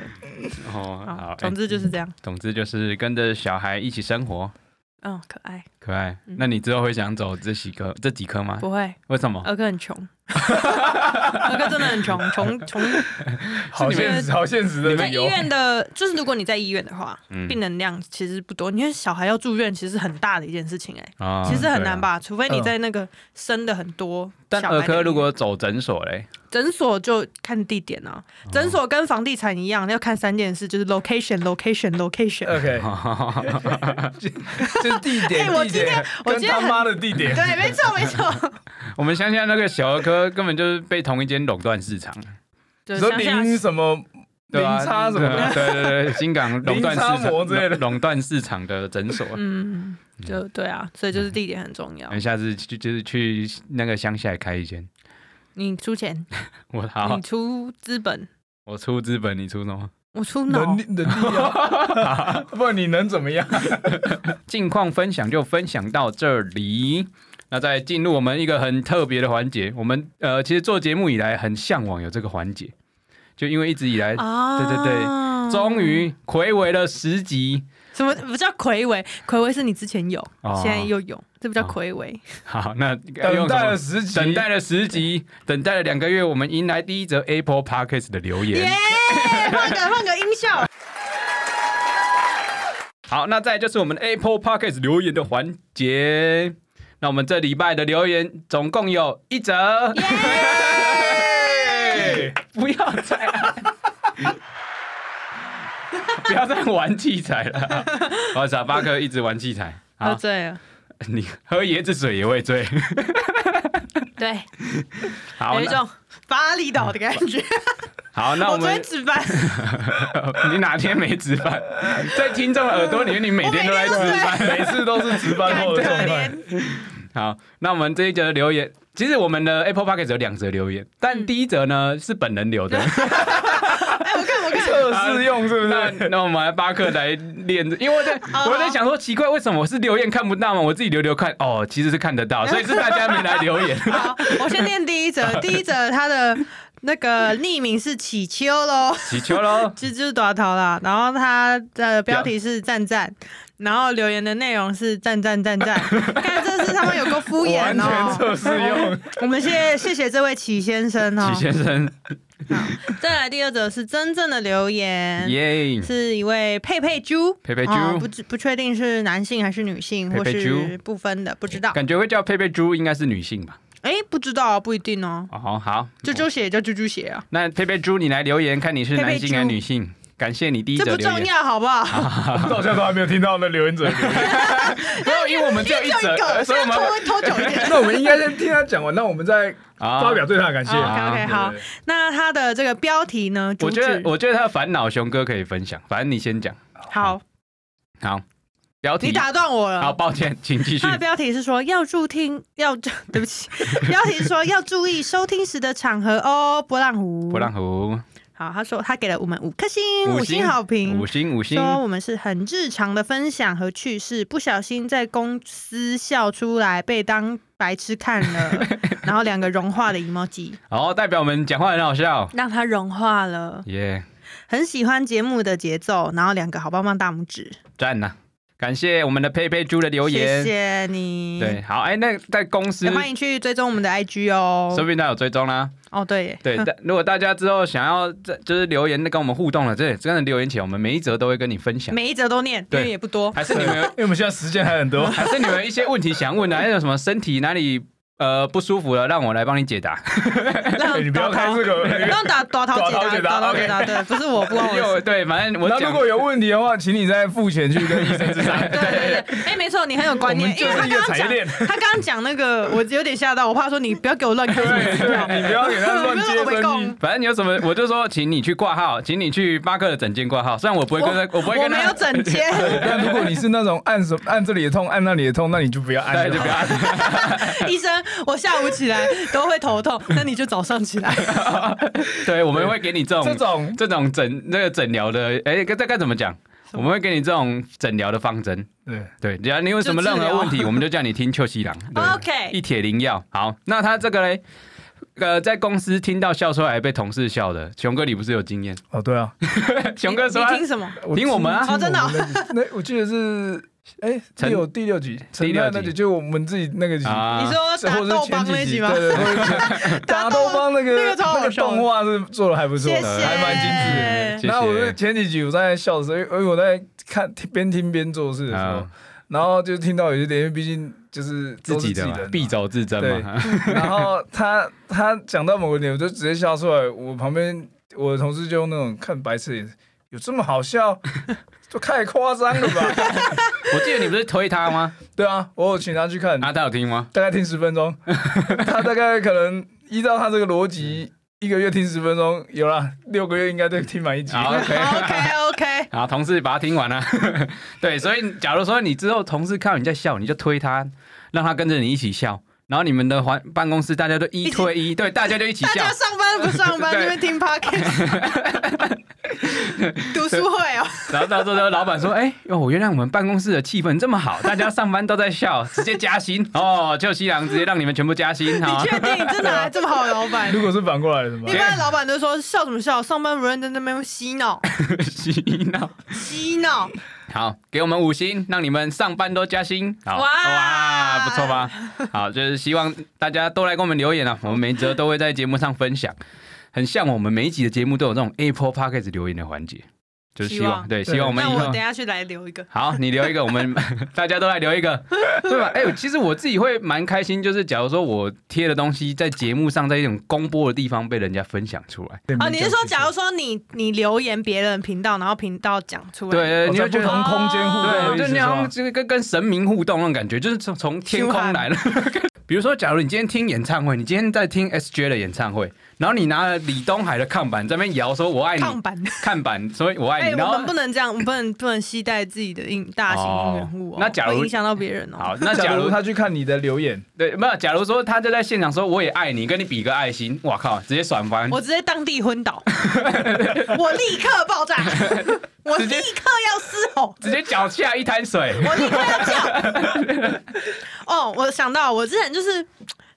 A: 哦，好
B: 好，，
A: 哎
B: 总之就是这样。
A: 总之就是跟着小孩一起生活，
B: 嗯，可爱，
A: 可爱。
B: 嗯
A: 那你之后会想走这几科这几科吗？
B: 不会。
A: 为什么？
B: 二哥很穷，二哥真的很穷，穷穷。
C: 好
A: 是你们
C: 现实，好现实的
B: 在
C: 理
B: 医
C: 由。
B: 院的，就是如果你在医院的话，
A: 嗯
B: 病人量其实不多。因为小孩要住院，其实很大的一件事情、哎、
A: 啊
B: 其实很
A: 对啊嗯
B: 难吧？除非你在那个生的很多小
A: 但
B: 孩的医
A: 儿
B: 院。
A: 科如果走诊所嘞，
B: 诊所就看地点啊，
A: 哦
B: 诊所跟房地产一样，要看三件事，就是 location、location、location。
A: 呃
C: OK，就是地点，
B: 哎我
C: 地
B: 今天
C: 点，
B: 我
C: 跟
B: 今天
C: 他
B: 很
C: 妈的地点。
B: 对，没错，没 错。
A: 我们乡下那个小儿科根本就是被同一间垄断市场，
B: 就
C: 你
B: 是
C: 说
B: 乡
C: 零
B: 下
C: 什么零
A: 对吧？
C: 差什么
A: 对啊
C: 的，
A: 对对对，新 港垄断市
C: 零差
A: 场
C: 模之类的
A: 垄断市场的诊所。
B: 嗯，就对啊，所以就是地点很重要
A: 我。们下次去就是去那个乡下开一间，
B: 你出钱，
A: 我好
B: 你，出资本，
A: 我出资本，你出什么？
B: 我出脑
C: 能 力，能力啊，不然你能怎么样？
A: 近况分享就分享到这里。那再进入我们一个很特别的环节，我们呃，其实做节目以来很向往有这个环节，就因为一直以来，
B: 啊
A: 对对
B: 对
A: 终于暌违了十集，
B: 什么不叫魁违？魁违是你之前有，
A: 哦
B: 现在又有，这不叫魁违。
A: 好，那要
C: 等
A: 用什
C: 待
A: 么
C: 了十集，
A: 等待了十集，等待了两个月，我们迎来第一则 Apple Podcast 的留
B: 耶
A: 言。！
B: 换个换个音 效，
A: 好，那再来就是我们 Apple Podcast 留言的环节。那我们这礼拜的留言总共有一则。
C: 哎
A: 不要再按 不要再玩器材 了。我傻巴克一直玩器材。
B: 喝
A: 好，
B: 醉哦了，
A: 你喝椰子水也会 醉。
B: 对，
A: 好，
B: 有一
A: 那
B: 种巴厘岛的感觉。
A: 好， 那
B: 我
A: 我
B: 昨天
A: 们
B: 值 班，
A: 你哪天没值 班？在听众的耳朵里面，你每天都在值
B: 我每天
A: 班。
C: 每次都是值班
B: 干
C: 后
B: 可
C: 的状态。
B: 怜，
A: 好，那我们这一则的留言，其实我们的 Apple Podcast 有两则留言，但
B: 嗯
A: 第一则呢是本人留的。
B: 哎，我看我看，
C: 测试用是不
A: 那
B: 嗯
C: 是？
A: 那我们来巴克来练，因为我 在
B: 哦
A: 我在想说奇怪，为什么我是留言看不到吗？我自己留留看，哦，其实是看得到，所以是大家没来留 言。
B: 好，我先念第 一则，第一则他的那个匿名是乞秋喽。
A: 祈求喽，
B: 这就是短逃啦，然后他的标题是“ 赞赞”，然后留言的内容是“赞赞赞赞”，看这是他们有个敷衍
C: 完全
B: 哦。
C: 测试用，
B: 我们谢谢谢这位齐先生哦
A: 许。先生，
B: 再来第二则是真正的留言
A: 耶！
B: 是一位佩佩猪，
A: 佩佩猪
B: 哦不知不确定是男性还是女性，
A: 佩佩猪
B: 或是不分的，不知 道。
A: 感觉会叫佩佩猪应该是女性吧？
B: 哎，不知道不一定哦。
A: 哦，好，
B: 啾啾鞋也叫啾啾鞋啊，
A: 那佩佩猪，你来留言，看你是男性还是女性？感谢你第一
B: 这
A: 则
B: 不
A: 留
B: 重
A: 言，啊
B: 要好不好？
C: 到现在都还没有听到那留言者的留言。
A: 没有，因为我们只 有一
B: 就一
A: 则，
B: 个，
A: 所以我们
B: 这样拖拖久一点。
C: 那我们应该先听他讲完，那我们再
A: 啊
C: 发表对他的感谢。
A: 啊
B: OK OK 好
C: 对，对
B: 那他的这个标题呢？
A: 我
B: 主
A: 觉得
B: 旨
A: 我觉得他的烦恼，熊哥可以分享，反正你先讲。
B: 好，
A: 好，标
B: 你
A: 题，
B: 打啊断我
A: 好，
B: 了。
A: 抱歉，请继续
B: 他。的标题是说要注听， 要对不起， 标题是说要注意收听时的场合哦。波浪湖，
A: 波浪湖，
B: 好，他说他给了我们五颗星，
A: 五星
B: 星好评
A: 五。星五星，
B: 说我们是很日常的分享和趣事，不小心在公司笑出来，被当白痴看了， 然后两个融化的 emoji，
A: 好，代表我们讲话很好笑，
B: 让他融化了，
A: 耶，
B: 很喜欢节目的节奏，然后两个好棒棒大拇指，
A: 赞呐！感谢我们的佩佩猪的留
B: 谢
A: 言，
B: 谢你。
A: 哦对，好，哎，那在公司
B: 也。欢迎去追踪我们的 IG 哦
A: 说。不定他有追踪啦，
B: 哦，对耶，
A: 对，但如果大家之后想要在就是留言跟我们互动了，这真的留言起来，我们每一则都会跟你分享。
B: 每一则都念，因
A: 对
B: 为也不 多。
A: 还是你们 有，，
C: 因为我们现在时间还很 多
A: 还是你们有一些问题想问的，还有什么身体哪里呃不舒服了，让我来帮你解答。
B: 让
C: 哎你不要
B: 打
C: 开这个。哎
B: 让打打桃
C: 打桃
B: 解
C: 解
B: 答，
C: 答
B: 打桃解答，对，不是我，不关 我的
A: 有
B: 事。
A: 对，反正我
C: 那
A: 讲
C: 如果有问题的话，请你再付钱去跟医生咨商。
B: 对对对，哎，没错，你很有观
C: 我
B: 念
C: 们，
B: 因
C: 就
B: 为
C: 是
B: 他
C: 一个
B: 刚刚
C: 产业
B: 讲，
C: 链，
B: 他刚刚讲那个，我有点吓到，我怕说你不要给我乱开什么支票，
C: 你不要给他乱接
B: 我
C: 生
B: 跟
C: 意。
A: 反正你有什么，我就说，请你去挂号，请你去巴克的诊间挂号。虽然我不会跟他，我不会
B: 我
A: 跟
B: 没
A: 他
B: 有，整间，
C: 但如果你是那种按什按这里的痛，按那里的痛，那你就不要按
A: 对，
C: 就
A: 哎就
C: 好
A: 不要。
B: 医生，我下午起来都会头痛，那你就早上起来。
A: 对，我们会给你这种
C: 这种
A: 这种诊那个诊疗的，哎、该这该怎么讲？我
B: 什么
A: 们会给你这种诊疗的方针，
C: 对
A: 对，只要你有什么任何问题，我们就叫你听邱西郎，对，一
B: OK，
A: 铁灵药。好，那他这个嘞，呃，在公司听到笑出来被同事笑的，熊哥你不是有 经验？
C: 哦 对啊，
A: 熊哥说
B: 你
A: 他
B: 你听什么？
A: 听我们啊
B: 哦真的哦
C: 我们那集那我记得是哎
A: 陈
C: 第有第六集，陈
A: 六
C: 亮
A: 集
C: 那集就我们自己那个集，
A: 啊，
B: 你说
C: 是
B: 打
C: 或者
B: 豆
C: 是前
B: 帮
C: 几
B: 那集
C: 集，
B: 吗？
C: 对对对， 打豆帮那
B: 那
C: 个
B: 个超好
C: 那个
B: 笑的
C: 动画是做的还不错
B: 谢
C: 的，
B: 谢，
C: 还蛮精致的。
A: 谢谢
C: 然后我就前几集我在笑的时候，因为因为我在看边听边做事的时候
A: 啊，
C: 然后就听到有一点，因为毕竟就是
A: 自
C: 都是
A: 己的
C: 人
A: 嘛
C: 嘛
A: 必走自珍嘛，
C: 然后他他讲到某个点，我就直接笑出来。我旁边我的同事就用那种看白痴的眼神，有这么好笑？ 就太夸张了 吧？
A: 我记得你不是推他吗？
C: 对啊，我有请他去看，
A: 啊，他有听吗？
C: 大概听十分 钟。他大概可能依照他这个逻辑，一个月听十分钟，有啦，六个月应该都听满一集。
A: 好，OK。
B: OK OK，
A: 好，同事把它听完了、 对，所以假如说你之后同事看到你在笑，你就推他，让他跟着你一起笑，然后你们的环办公室大家都一推一，对，大家就一起
B: 大
A: 笑
B: 家。上班不上班，
A: 对
B: 那 边听 Podcast，读书会哦，
A: 然后到时候老板说：“哎、哟，我原来我们办公室的气氛这么好，大家上班都在笑， 直接加薪哦，就西郎直接让你们全部加薪
B: 你
A: 啊！
B: 确定你真的还这么好的老板？
C: 如果是反过来的嘛
B: 一，般的老板都说笑什么笑，上班不认真，那边嬉闹
A: 洗脑，
B: 嬉闹，
A: 哦好，给我们五星，让你们上班都加薪。好
B: 哇
A: 哇，不错吧？好，就是希望大家都来给我们留言 啊，我们每一则都会在节目上分享。很像我们每一集的节目都有这种 Apple Podcast 留言的环节，就是希望
B: 希望
A: 对，
C: 对
A: 希望我们
B: 那
A: 以
B: 我
A: 后
B: 等一下去来留一个。
A: 好，你留一个，我们 大家都来留一个，对吧？哎、其实我自己会蛮开心，就是假如说我贴的东西在节目上，在一种公播的地方被人家分享出来，
B: 哦，你是说，假如说你你留言别人频道，然后频道讲出来，
A: 对，
C: 你
A: 呃你
C: 哦在
A: 会
C: 不
A: 觉得。
C: 同
B: 哦
C: 空间互
A: 对，就
C: 动的意思
A: 你
C: 是
A: 好
C: 吗
A: 像？这个跟跟神明互动那种感觉，就是从从天空来了。比如说，假如你今天听演唱会，你今天在听 SJ 的演唱会，然后你拿了李东海的看板在那边摇，说我爱你，
B: 抗板。
A: 看板，所以我爱
B: 哎，
A: 你。然
B: 我
A: 后
B: 们不能 这样，我们不能不能期待自己的应大型应援户哦
A: 哦，那假如
B: 会影响到别人哦。
A: 好，那假
C: 假
A: 如
C: 如他去看你的留言，
A: 对，没有，假如说他就在现场说我也爱你，跟你比个爱心，哇靠，直接爽翻。
B: 我直接当地 昏倒，我立刻爆炸，我立刻要嘶吼，
A: 直接脚下一滩水，
B: 我立刻要叫。哦，我想到我之前就是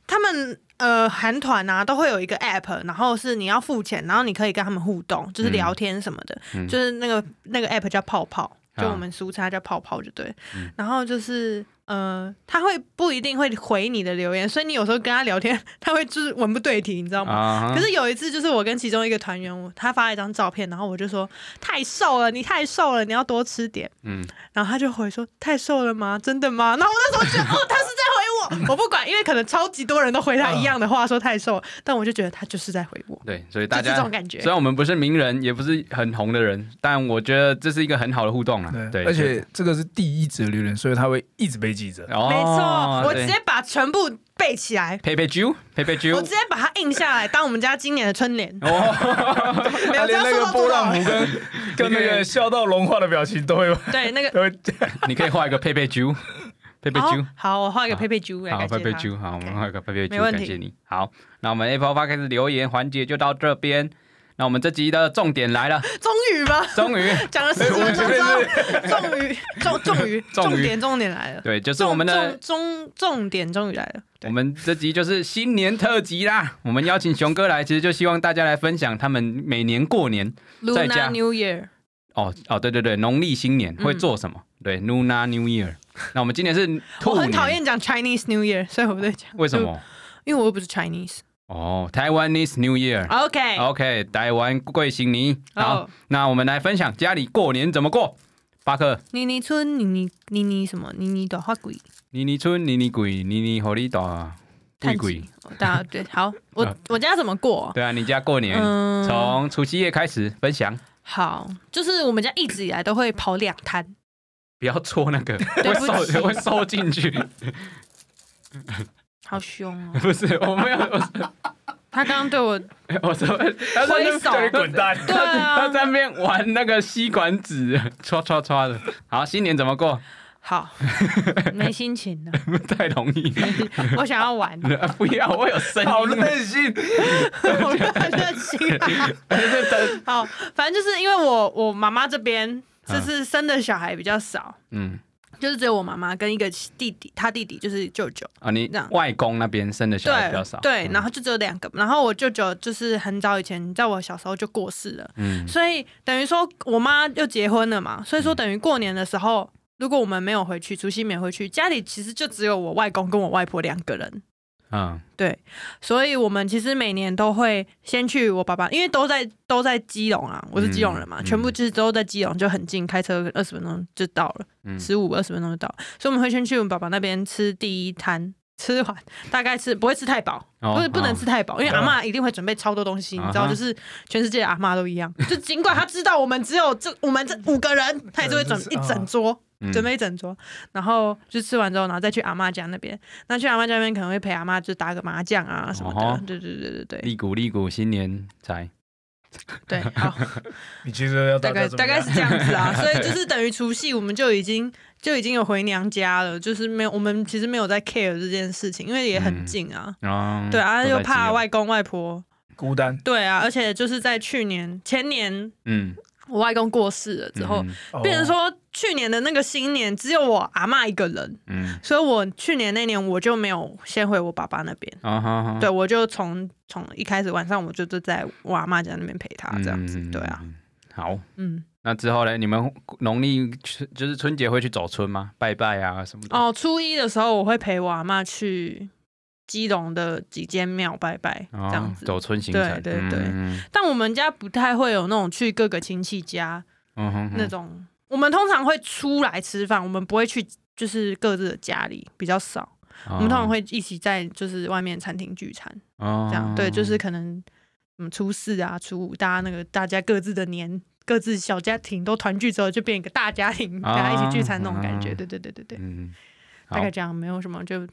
B: 他们呃韩团啊都会有一个 app，然后是你要付钱，然后你可以跟他们互动，就是聊天什么的，
A: 嗯
B: 就是那个那个 app 叫泡泡，
A: 啊嗯
B: 就我们俗称它叫泡泡就对。然后就是。呃，他会不一定会回你的留言，所以你有时候跟他聊天，他会就是文不对题，你知道吗？
A: 啊
B: 可是有一次，就是我跟其中一个团员，我他发了一张照片，然后我就说太瘦了，你太瘦了，你要多吃点。
A: 嗯，
B: 然后他就回说太瘦了吗？ 真的吗？然后我那时候觉得， 哦，他是在回我，我不管，因为可能超级多人都回他一样的话，说太瘦
A: 嗯
B: 了，但我就觉得他就是在回我，
A: 对，所以
B: 就
A: 大
B: 是
A: 家
B: 这种感觉
A: 虽。然我们不是名人，也不是很红的人，但我觉得这是一个很好的互动啊。对，
C: 而且这个是第一则留言，所以他会一直被记着。
A: 哦，
B: 没错，我
A: 对
B: 直接把全部背起来，
A: 佩佩啾，佩佩
B: 我
A: 啾
B: 直。接把它印下来，当我们家今年的春 联。
A: 哦，
B: 没有
C: 他
B: 这样
C: 连那
B: 说
C: 个
B: 到
C: 波
B: 做
C: 浪
B: 到
C: 鼓
B: 了。
C: 跟跟那个笑到融化的表 情都会
B: 对，那个
C: 都会
A: 你可以画一个佩佩啾，佩佩
B: 好
A: 啾，
B: 好，我画一个佩佩猪来
A: 好，
B: 感谢
A: 佩佩
B: 他。
A: 啾，好，我
B: OK
A: 们画一个佩佩
B: 没
A: 啾，
B: 问
A: 感
B: 题
A: 谢你。好，那我们 Apple Podcast 留言环节就到这边。那我们这集的重点来了，
B: 终于吗？
A: 终于，
B: 讲了十 分钟之后，终于重终于重点重点来了，
A: 对，就是
B: 重
A: 我们的
B: 重重重点终于来了。
A: 我们这集就是新年特辑啦。 我们邀请熊哥来，其实就希望大家来分享他们每年过年在家
B: Luna New Year
A: 哦哦，对对对，农历新年
B: 嗯
A: 会做什么？对，Luna New Year。那我们今年 是兔
B: 我
A: 年，
B: 很讨厌讲嗯 Chinese New Year，所以我不对讲。
A: 为什？么？
B: 因为我又不是 Chinese。
A: 哦，Taiwanese New Year。
B: OK，
A: OK，台湾贵新年。好
B: 哦
A: 那我们来分享家里过年怎么过。巴克，
B: 妮妮村，妮妮妮妮什么？妮妮朵花鬼，
A: 妮妮村，妮妮鬼，妮妮火力大，鬼
B: 叹
A: 鬼
B: 气。。哦大家对，好，我
A: 啊
B: 我家怎么过？
A: 对啊，你家过年
B: 嗯
A: 从除夕夜开始分享，
B: 好，就是我们家一直以来都会跑两摊，
A: 不要戳那个，
B: 对
A: 会
B: 不起
A: 收会收进去。
B: 好凶哦。
A: 不是，我没有，我是
B: 他刚刚对我，
A: 我说他在那
B: 挥手
C: 叫你滚蛋！
B: 对
A: 他
B: 啊，
A: 在那边玩那个吸管纸，唰唰唰的。好，新年怎么过？
B: 好，没心情了，
A: 不太容易。
B: 我想要玩，
A: 不要，我有声音。
C: 好任性，
B: 我很热情、啊 好，反正就是因为我我妈妈这边就是生的小孩比较少，
A: 嗯
B: 就是只有我妈妈跟一个弟弟，他弟弟就是舅舅，
A: 啊，你
B: 这样
A: 外公那边生的小孩
B: 对
A: 比较少。
B: 对，
A: 嗯
B: 然后就只有两个，然后我舅舅就是很早以前在我小时候就过世了，
A: 嗯
B: 所以等于说我妈又结婚了嘛，所以说等于过年的时候。如果我们没有回去，除夕没回去，家里其实就只有我外公跟我外婆两个人。
A: 嗯
B: 对，所以我们其实每年都会先去我爸爸，因为都在都在基隆啊，我是基隆人嘛，
A: 嗯
B: 全部
A: 嗯
B: 就是都在基隆，就很近，开车二十分钟就到了，
A: 嗯
B: 十五二十分钟就到了，所以我们会先去我们爸爸那边吃第一餐。吃完大概吃不会吃太饱，
A: 哦啊
B: 不是不能吃太饱，因为
C: 哦
B: 阿嬷一定会准备超多东西，你知道，
A: 啊哈
B: 就是全世界的阿嬷都一样。就尽管她知道我们只有这我们这五个人，她也
A: 呃
B: 是会准
C: 嗯
B: 一
C: 就是
B: 整桌，
A: 嗯
B: 准备一整桌，然后就吃完之后，然后再去阿妈家那边。那去阿妈家那边可能会陪阿妈就打个麻将啊什么
A: 哦
B: 的
A: 吼。
B: 对对对对对
A: 利古利古，新年财。
B: 对，好，
C: 你其实要
B: 大概
C: 怎么
B: 大
C: 样
B: 概是这样子啊。所以就是等于除夕我们就已经就已经有回娘家了，就是没有我们其实没有在 care 这件事情，因为也很近啊。
A: 哦，
B: 对啊，
A: 都
B: 又
A: 在基
B: 怕
A: 隆
B: 外公外婆。
C: 孤单
B: 对啊，而且就是在去年前年
A: 嗯
B: 我外公过世了之后，
A: 嗯
C: 哦
B: 变成说去年的那个新年只有我阿妈一个人。
A: 嗯
B: 所以我去年那年我就没有先回我爸爸那边，
A: 啊哈哈
B: 对我就从从一开始晚上我就就在我阿妈家那边陪他这样子，对啊，。
A: 嗯嗯嗯嗯好，
B: 嗯，
A: 那之后呢？你们农历春就是春节会去走村吗？拜拜啊什么的。
B: 哦，初一的时候我会陪我阿妈去基隆的几间庙拜拜这样子，
A: 哦走村行程，
B: 对对
A: 嗯
B: 对
A: 嗯
B: 但我们家不太会有那种去各个亲戚家
A: 嗯哼哼
B: 那种，我们通常会出来吃饭，我们不会去就是各自的家里比较少，
A: 嗯
B: 我们通常会一起在就是外面餐厅聚餐。
A: 哦
B: 这样、对，就是可能嗯初四啊、初五，大家那个大家各自的年、各自小家庭都团聚之后，就变一个大家庭，大家一起聚餐那种感觉。
A: 啊
B: 对对对对对，
A: 嗯，好
B: 大概这样，没有什么就。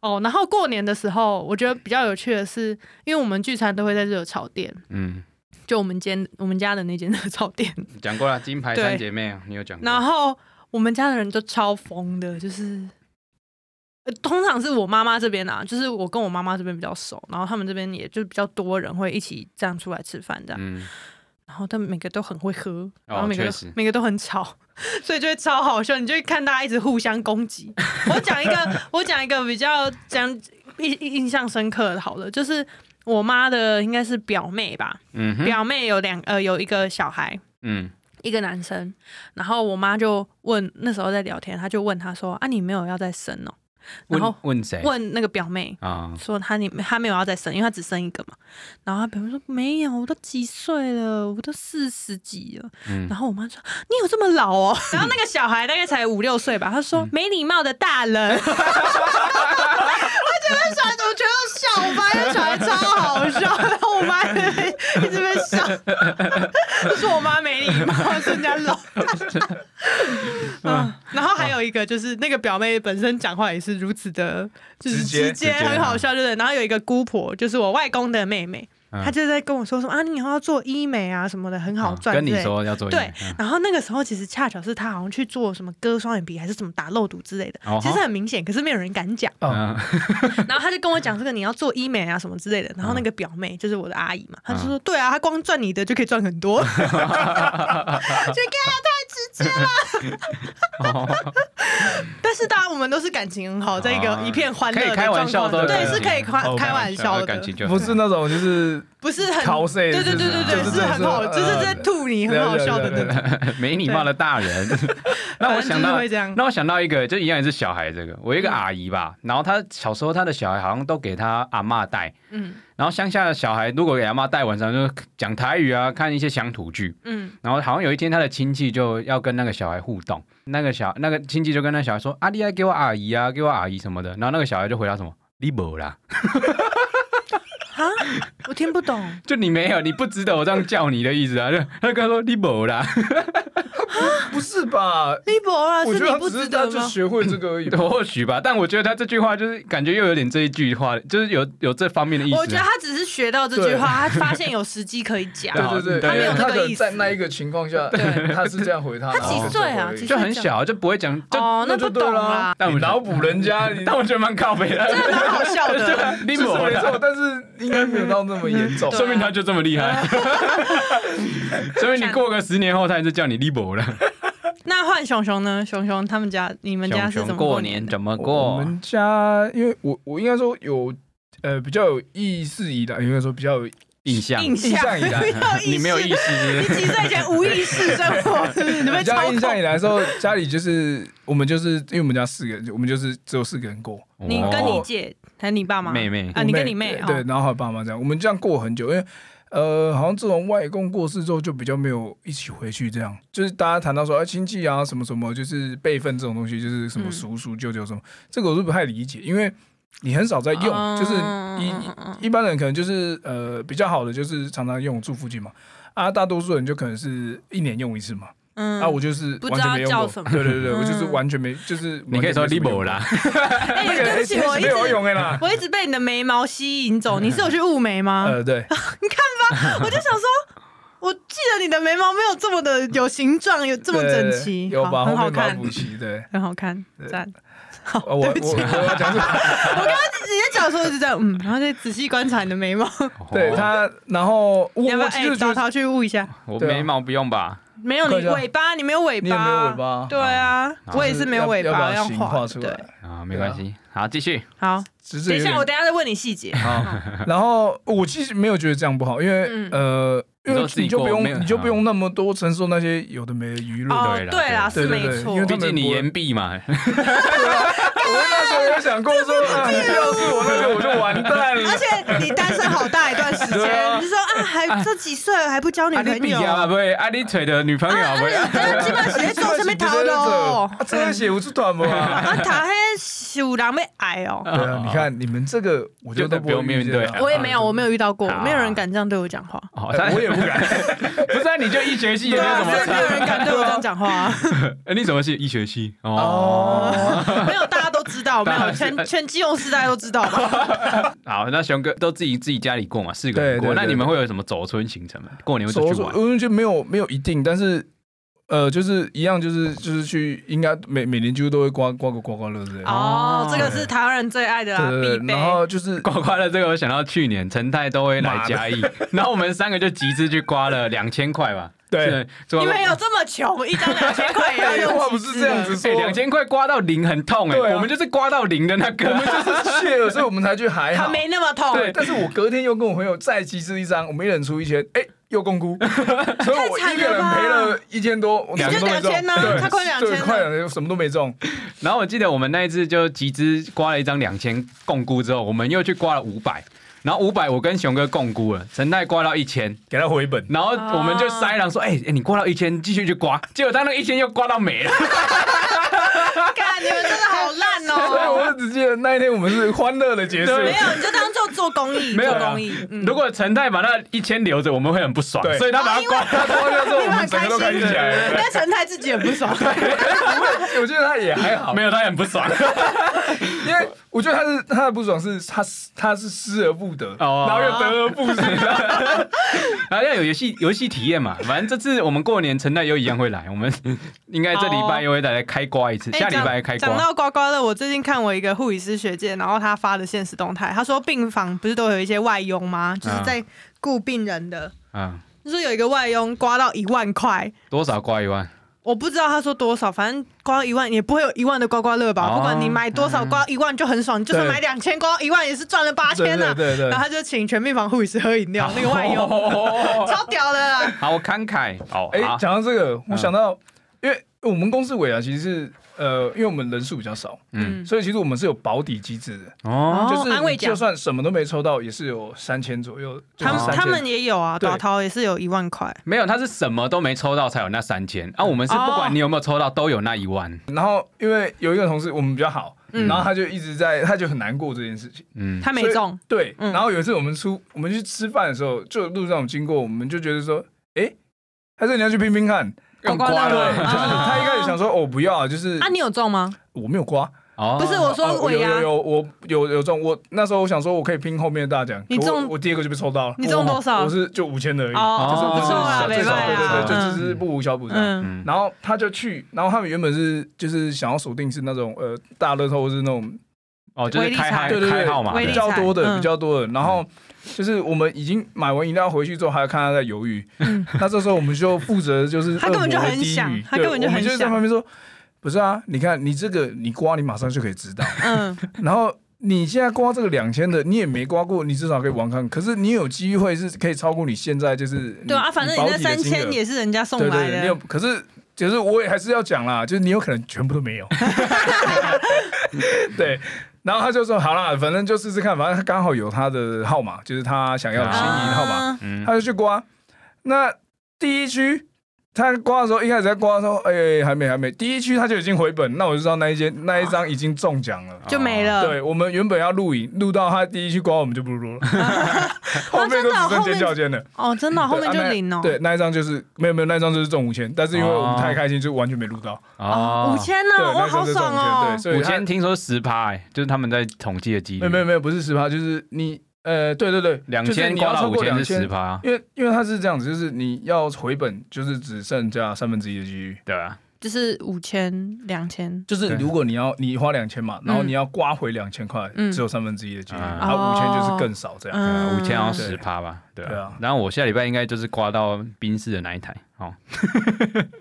B: 哦，然后过年的时候，我觉得比较有趣的是，因为我们聚餐都会在热炒店，
A: 嗯，
B: 就我们间我们家的那间 热炒店，
A: 讲过了，金牌
B: 对
A: 三姐妹啊，你有讲过？
B: 然后我们家的人都超疯的，就是。呃通常是我妈妈这边啊，就是我跟我妈妈这边比较熟，然后他们这边也就比较多人会一起这样出来吃饭这样，
A: 嗯，哦
B: 然后但每个都很会喝，然后每个
A: 确
B: 都、
A: 实
B: 每个都很吵， 所以就会超好笑，你就会看大家一直互相攻击。我讲一个，我讲一个比较讲印印象深刻的，好了，就是我妈的应该是表妹吧，
A: 嗯哼，
B: 表妹有两呃有一个小孩，
A: 嗯
B: 一个男生，然后我妈就问那时候在聊天，她就问她说啊你没有要再生哦，然
A: 问
B: 后
A: 问谁？
B: 问那个表妹
C: 嗯
A: 啊，
B: 说她你她没有要再生，因为她只生一个嘛，然后她表妹说没有，啊我都几岁了，我都四十几了，
A: 嗯
B: 然后我妈说你有这么老哦， 然后那个小孩大概才五六岁吧，她说、
C: 嗯
B: 没礼貌的大人， 我觉得小孩怎么全都笑，我发现小孩超好笑， 然后我妈在那边一直被 笑，就说我妈没礼貌，说人家 老。嗯，然后还有一个就是那个表妹本身讲话也是如此的，就是
C: 直接
B: 直接
A: 直接
B: 很好笑，对不对？然后有一个姑婆，就是我外公的妹妹，
A: 嗯
B: 她就在跟我说什么啊，你以后要做医美啊什么的，很好
A: 啊
B: 赚之
A: 跟
B: 类的。
A: 你说要做嗯
B: 对，然后那个时候其实恰巧是她好像去做什么割双眼皮还是什么打肉毒之类的
A: 哦哈，
B: 其实很明显，可是没有人敢讲。
C: 哦，
A: 嗯
B: 然后她就跟我讲这个你要做医美啊什么之类的，然后那个表妹就是我的阿姨嘛，她就说对啊，她光赚你的就可以赚很多，就给她太直接了。但是当然我们都是感情很好，在一个一片欢乐
A: 可以
B: 的
A: 开玩
B: 状
A: 笑
B: 况
A: 的
B: 的，对，
A: 感
B: 是可以
A: 情
B: 开
C: 哦
B: 开
C: 开
B: 玩笑的
A: 感，情就
C: 不是那种就是
B: 不是很
C: 考
B: 对
C: 试，
B: 对对对对
C: 就
B: 对，
C: 嗯
B: 是很好，就是
C: 啊
B: 在吐你很好笑的那种。
A: 没礼貌的大人。 那我想
B: 反正就是
A: 到
B: 会这嗯样，
A: 那我想到一个，就一样也是小孩这个，我有一个阿姨吧，然后她小时候她的小孩好像都给她阿嬷带，
B: 嗯
A: 然后乡下的小孩如果给阿嬷带，晚上就讲台语啊，看一些乡土剧。
B: 嗯，
A: 然后好像有一天他的亲戚就要跟那个小孩互动，那个小那个亲戚就跟那小孩说：“啊，你来给我阿姨啊，给我阿姨什么的。”然后那个小孩就回答什么：“你没啦，
B: 哈，我听 不懂。
A: 就你没有，你不值得我这样叫你的意思啊。”就他就跟他说：“你没啦。”
C: 不 是吧？
B: 微博啊，
C: 我觉
B: 是
C: 得
B: 你
C: 他
B: 不
C: 只
B: 知
C: 是
B: 道
C: 他就
B: 吗？
C: 学会这个 而已吧。
A: 或许吧，但我觉得他这句话就是感觉又有点这一句话，就是有有这方面的意思啊。
B: 我觉得他只是学到这句话，他发现有时机可以讲。
A: 对
C: 对对对，
A: 他没有
C: 因为
B: 这
C: 他
B: 个
C: 可能
B: 意思
C: 在那一个情况下， 他是这样回他。
B: 他
C: 然后
A: 几
B: 岁啊
C: 就回
B: 几岁
A: 就很小，就不会讲。就
B: 哦，那
C: 那
B: 不
C: 就对
B: 懂啦
C: 啦，。
A: 但我
C: 你
A: 觉得
C: 脑补人 家，你
A: 但我觉得蛮靠北的，
B: 真的蛮好笑
A: 对
B: 的。
A: 啊你
C: 是
A: 抹
C: 没
A: 了
C: 错，但是应该没有到那么严 重
B: 对。
A: 说明他就这么厉害，所以你过个十年后，他还是叫你 Libo 了。
B: 那换熊熊呢？熊熊他们家、你们家是怎么过的？
A: 怎么
C: 我们家，因为我我应该说有呃比较有意识以来，应该说比较有
A: 印象？
B: 印
C: 印象以
B: 没
C: 来
B: 有意识
A: 你没有意识是不
B: 你
A: 是？
B: 几岁前无意识生活，是不是你被
C: 比
B: 操
C: 较 印象
B: 控？
C: 以来说，家里就是我们就是因为我们家四个人，我们就是只有四个人过，
B: 你跟你姐还是你爸妈？
A: 妹妹
B: 啊，你跟你妹
C: 对
B: 哦
C: 对，然后还有爸妈这样，我们这样过很久，因为呃，好像自从外公过世之后，就比较没有一起回去这样，就是大家谈到说，哎、亲戚啊，什么什么，就是辈分这种东西，就是什么
B: 嗯
C: 叔叔、舅舅什么，这个我是不太理解，因为你很少在用，
B: 嗯
C: 就是
B: 嗯
C: 一
B: 嗯嗯
C: 一般人可能就是呃比较好的，就是常常用住附近嘛。啊，大多数人就可能是一年用一次嘛。
B: 嗯
C: 啊，我就是
B: 不知
C: 完全
B: 道
C: 没用
B: 叫
C: 过。
B: 什么
C: 对对对，我就是
B: 嗯
C: 完全没，就是
A: 你可以说
C: 完全没什么
A: Libo
C: 用过
A: 啦。，
B: 哎，
C: 那个
B: 对不起，我一
C: 没有
B: 直
C: 用的啦。
B: 我一直被你的眉毛吸引 走，你是有去雾眉吗？
C: 呃，对，
B: 我就想说，我记得你的眉毛没有这么的有形状，有这么整齐，
C: 对有
B: 好
C: 把
B: 很
C: 后
B: 好
C: 面把它
B: 看
C: 补，齐，对。
B: 很好看，
C: 对
B: 赞。
C: 呃我我我要讲什么？
B: 直接讲说就这样，嗯，然后再仔细观察你的眉毛，
C: 对
A: 哦
C: 他，然后我
B: 你要不
C: 我
B: 要
C: 其
B: 哎
C: 实，觉
B: 找
C: 得
B: 桃去雾一下？
A: 我
C: 对啊
A: 眉毛不用吧？
B: 没有你
C: 快点啊
B: 尾巴，你没有尾巴，
C: 你也没有尾巴
B: 对啊，
A: 好
B: 我也是没有尾巴，
C: 要
B: 要
C: 把形
B: 画
C: 画出
B: 对
C: 来。
A: 啊，没关系，好，继续。
B: 好，
C: 只是
B: 等一
C: 有点
B: 下，我等一下再问你细 节。
C: 好。然后我其实没有觉得这样不好，因为
B: 嗯
C: 呃，因
A: 你
C: 为
A: 都自己
C: 你就不
A: 过没有啊
C: 用你就不用那么多承受那些有的没的舆论。
B: 哦
A: 对，啦
B: 对啦，
C: 对
B: 是
C: 对
B: 没
C: 对
B: 错
C: 因为。
A: 毕
C: 他们
A: 竟你
C: 不会
A: 岩壁嘛，
C: 我那时候有想过 说，啊 要是我那个我就完蛋了
B: 哎而。且你单身好大一段时
C: 对
B: 间，
C: 啊
B: 你就说啊，还这几岁了还不 交女
A: 啊
B: 朋
A: 你比
B: 友，
A: 啊，
B: 啊，
A: 不会，啊你腿的女朋友不会，
B: 这基本写做什么头的哦？
C: 啊这写不出团 吗？
B: 啊，他还有人被矮哦。
C: 对啊，你看你们这个，我就
A: 就都
C: 都
A: 不用
C: 会遇
A: 面
C: 见
A: 对
C: 啊
B: 我也没有，我没有遇到过
A: 好，
B: 没有人敢这样对我讲话。
A: 哦
C: 哎我也不敢。
A: 不是啊，你就医学系，你有
B: 啊，
A: 什
B: 真的没
A: 么？
B: 有人敢对我这样讲话啊。
A: 哎，你什么系？医学系 哦。
C: 哦，
B: 没有，大家都知道，没有全全基隆市大家都知道吧？
A: 好，那熊哥都自己自己家里过嘛，四个
C: 对
A: 人
C: 对
A: 过。
C: 对
A: 那你们
C: 对
A: 会有什么走村行程吗？过年会
C: 手
A: 出去
C: 术，
A: 玩？
C: 我嗯就没有没有一定，但是呃，就是一样，就是就是去，应该每每年几乎都会刮刮个刮刮乐之类的。
B: 哦，这个是台湾人最爱的啦，
C: 对对
B: 必
C: 对，
B: 备
C: 然。后就是
A: 刮刮乐这个，我想到去年陈泰都会来嘉义， 然后我们三个就集资去刮了两千块吧。
C: 对，，
A: 刮
B: 你们有这么穷，一张两千块也要用几只
C: 话不是这样子说，
A: 哎两千块刮到零很痛哎、
C: 对啊
A: 我们就是刮到零的那个，
C: 我们就是去了，所以我们才去还
B: 他
C: 好。
B: 没那么痛。
C: 对，但是我隔天又跟我朋友再集资一张，我们一人出一千，哎，又共 估，所以我一个人赔了一千多，我什么都没中
B: 你就2000呢
C: 对
B: 他快2000
C: 对
B: 了
C: 快两千，什么都没中。
A: 然后我记得我们那一次就集资刮了一张两千共估之后，我们又去刮了五百，然后五百我跟熊哥共估了，陈泰刮到一千，
C: 给他回本，
A: 然后我们就塞狼说，哎、哎你刮到一千，继续去刮，结果他那一千又刮到没 了，
B: 干，你们真的好烂
C: 所以
B: 哦！
C: 我只记得那一天我们是欢乐的结束，
A: 对
B: 没有，你就当做做公益，
A: 没有
B: 做
A: 啦
C: 啊
B: 公益。嗯
A: 如果陈泰把那一千留着，我们会很不爽，
C: 对
A: 所以他
B: 啊
A: 把它刮
B: 哦
C: 他刮掉之后我们整个都开心
B: 你们
C: 起
B: 很
C: 来了。
B: 但陈太自己也不爽，
C: 我觉得他也还好，
A: 没有，他也很不爽。
C: 因为我觉得他是他的不爽是他是他是失而复得，
A: 哦
C: 然后又得而 复失。
A: 然后要有游戏游戏体验嘛，反正这次我们过年陈奈优一样会来，我们 应该这礼拜又会再来开刮一次，
B: 哎
A: 下礼
B: 讲
A: 拜开
B: 讲
A: 刮。
B: 到刮刮乐，我最近看我一个护理师学姐，然后她发的现实动态，她说病房不是都有一些外佣吗？就是
A: 嗯
B: 在雇病人的，
A: 嗯，
B: 就是有一个外佣刮到一万块，
A: 多少刮一万？
B: 我不知道她说多少，反正刮到一万也不会有一万的刮刮乐吧？
A: 哦
B: 不管你买多少刮到一万就很爽，你就算
C: 对
B: 买两千刮到一万也是赚了八
C: 对
B: 千
C: 对
B: 啊。
C: 对对
B: 然后，她就请全病房护理师喝饮料，那个
A: 哦
B: 外佣
A: 佣
B: 超屌的啦。
A: 好慷慨哦，
C: 哎，
A: 好
C: 讲到这个，我想到，因为我们公司尾牙其实是呃，因为我们人数比较少，
A: 嗯
C: 所以其实我们是有保底机制的，
A: 哦，
C: 就是
B: 安慰
C: 你
B: 奖
C: 就算什么都没抽到，也是有三千左右，就
B: 他
C: 是
B: 们
C: 三
B: 他们
C: 千。
B: 也有啊，
C: 对
B: 岛桃也是有一万块，
A: 没有，他是什么都没抽到才有那三千
C: 嗯
A: 啊，我们是不
B: 哦
A: 管你有没有抽到都有那一万，
C: 然后因为有一个同事我们比较好，
B: 嗯
C: 然后他就一直在，他就很难过这件事情。
A: 嗯，
B: 他没
C: 所以
B: 中。
C: 对，
B: 嗯
C: 然后有一次我们出我们去吃饭的时候，就路上有经过，我们就觉得说，诶，还是你要去拼拼看。
B: 刮刮乐
A: 了
C: 对，就是他一开始想说哦不要啊，就是
B: 啊啊，你有中吗？
C: 我没有刮，
A: 哦，
B: 不是我说
C: 哦有
B: 尾牙
C: 有有我有有中，我那时候我想说我可以拼后面的大奖，
B: 你
C: 可
B: 中
C: 我我第一个就被抽到了，
B: 你中多少
C: 我是就五千而已，
B: 哦，
A: 哦
B: 不错啊，
A: 就
C: 最
B: 没
A: 是
C: 少
B: 办
C: 对
B: 啊嗯
C: 对，对，就只是不无小补这样。
B: 嗯，
A: 嗯，
C: 然后他就去，然后他们原本是就是想要锁定是那种呃大乐透或是那种
A: 哦，就是开号
C: 对对对
A: 开号码
B: 威
A: 的，
B: 力
C: 比
B: 彩
C: 较多
B: 嗯
C: 的比较多的，然后就是我们已经买完饮料回去之后，还要看他在犹豫
B: 嗯。
C: 那这时候我们就负责就是
B: 他根本就很
C: 恶魔的低语
B: 想他
C: 对
B: 根本就
C: 我们
B: 很
C: 就在
B: 想
C: 旁边说，不是啊，你看你这个你刮，你马上就可以知 道。
B: 嗯，
C: 然后你现在刮这个两千的，你也没刮过，你至少可以玩看。可是你有机会是可以超过你现在就是
B: 对啊，反正
C: 你
B: 你
C: 保
B: 那
C: 嗯底
B: 三
C: 的金额
B: 千也是人家送
C: 对
B: 来
C: 对对，你有
B: 的，
C: 可是。就是我也还是要讲啦，就是你有可能全部 都没有，对。然后他就说好啦，反正就试试看，反正他刚好有他的号码，就是他想要的心仪号码，
B: 啊，
A: 嗯
C: 他就去刮。那第一区他刮的时候，一开始在刮的时候，哎、还没还没，第一区他就已经回本，那我就知道那一间那一张已经中奖了。
B: 就没了。
C: 哦对，我们原本要录影，录到他第一句刮，我们就不 录了，后面
B: 真的
C: 都
B: 哦
C: 只剩
B: 后面
C: 尖叫间了。
B: 哦，真的哦，后面
C: 对
B: 就
C: 啊那
B: 零哦。
C: 对，那一张就是没有没有，那一张就是中五千，但是因为我们
A: 哦
C: 太开心，就完全没录到。
B: 哦，
A: 哦
B: 五，千
C: 对，
B: 呢，哇，
C: 那一张
B: 好
C: 就是中
B: 爽哦
C: 五千，对，！所以
A: 五
C: 他
A: 千，听说十趴，哎，就是他们在统计的几
C: 没
A: 率，
C: 有没有没有，不是十趴，就是你呃，对对对，
A: 两
C: 就是
A: 千
C: 你
A: 刮
C: 要
A: 到
C: 超
A: 五
C: 过
A: 千
C: 两
A: 是十
C: 千。
A: 趴，
C: 因为因为它是这样子，就是你要回本，就是只剩下三分之一的几率。
A: 对啊，
B: 就是五千、两千，
C: 就是
A: 对
C: 如果你要你花两千嘛，然后
B: 嗯
C: 你要刮回两千块，
B: 嗯
C: 只有三分之一的几率，
A: 嗯
C: 然后五千就
B: 哦
C: 是更少这样。
A: 对啊
B: 嗯，
A: 五千好像
C: 对
A: 十趴吧，对
C: 对
A: 啊
C: 啊。
A: 然后我下礼拜应该就是刮到宾士的那一台，哦，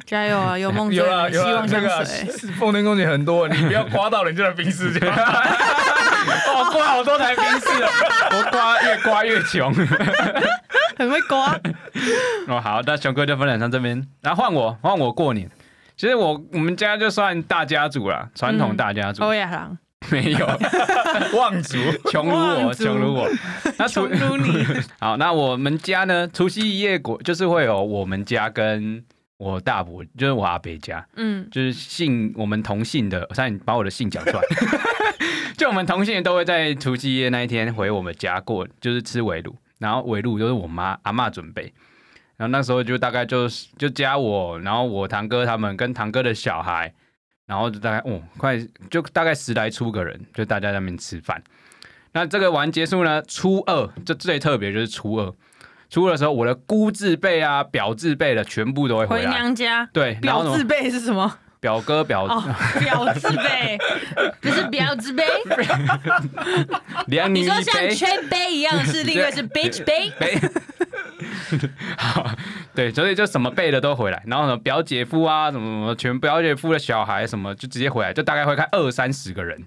B: 加油 啊！有梦最
C: 有啦
B: 美，希
C: 有啦
B: 望，
C: 那
B: 相
C: 个啊
B: 随。
C: 是奉天宫也很多，你不要刮到人家的冰室就 好。
A: 我刮好多台宾士啊了， 我刮越刮越穷。
B: 很会 刮，
A: 哦，好，那熊哥就分享到这边，然后换我，换我过年。其实我我们家就算大家族啦，传统大家族、
B: 欧亚郎，
A: 没 有
C: 望族
A: 穷如我，
B: 望族
A: 穷如我。那除
B: 穷如 你，
A: 好，那我们家呢，除夕夜果就是会有我们家跟我大伯，就是我阿伯家，
B: 嗯，
A: 就是姓我们同姓的，我差点把我的姓讲出来。 就我们同姓的都会在除夕夜那一天回我们家过，就是吃围炉，然后围炉就是我妈阿嬷准备。然后那时候就大概就是就加我，然后我堂哥他们跟堂哥的小孩，然后就大概哦快就大概十来出个人，就大家在那边吃饭。那这个完结束呢，初二这最特别就是初二，初二的时候我的姑字辈啊、表字辈的全部都会
B: 回
A: 回来，
B: 娘家。
A: 对，然后
B: 表
A: 呢
B: 字辈是什么？
A: 表哥表
B: 哦，表字辈， 不是表字辈。
A: 两
B: 你
A: 女
B: 说像
A: 贼
B: 吹杯一样 是另外是 bitch 杯，
A: 背， 好，对，所以就什么背的都回来，然后呢，表姐夫啊，什么什么，全表姐夫的小孩什么，就直接回来，就大概会看二三十个人，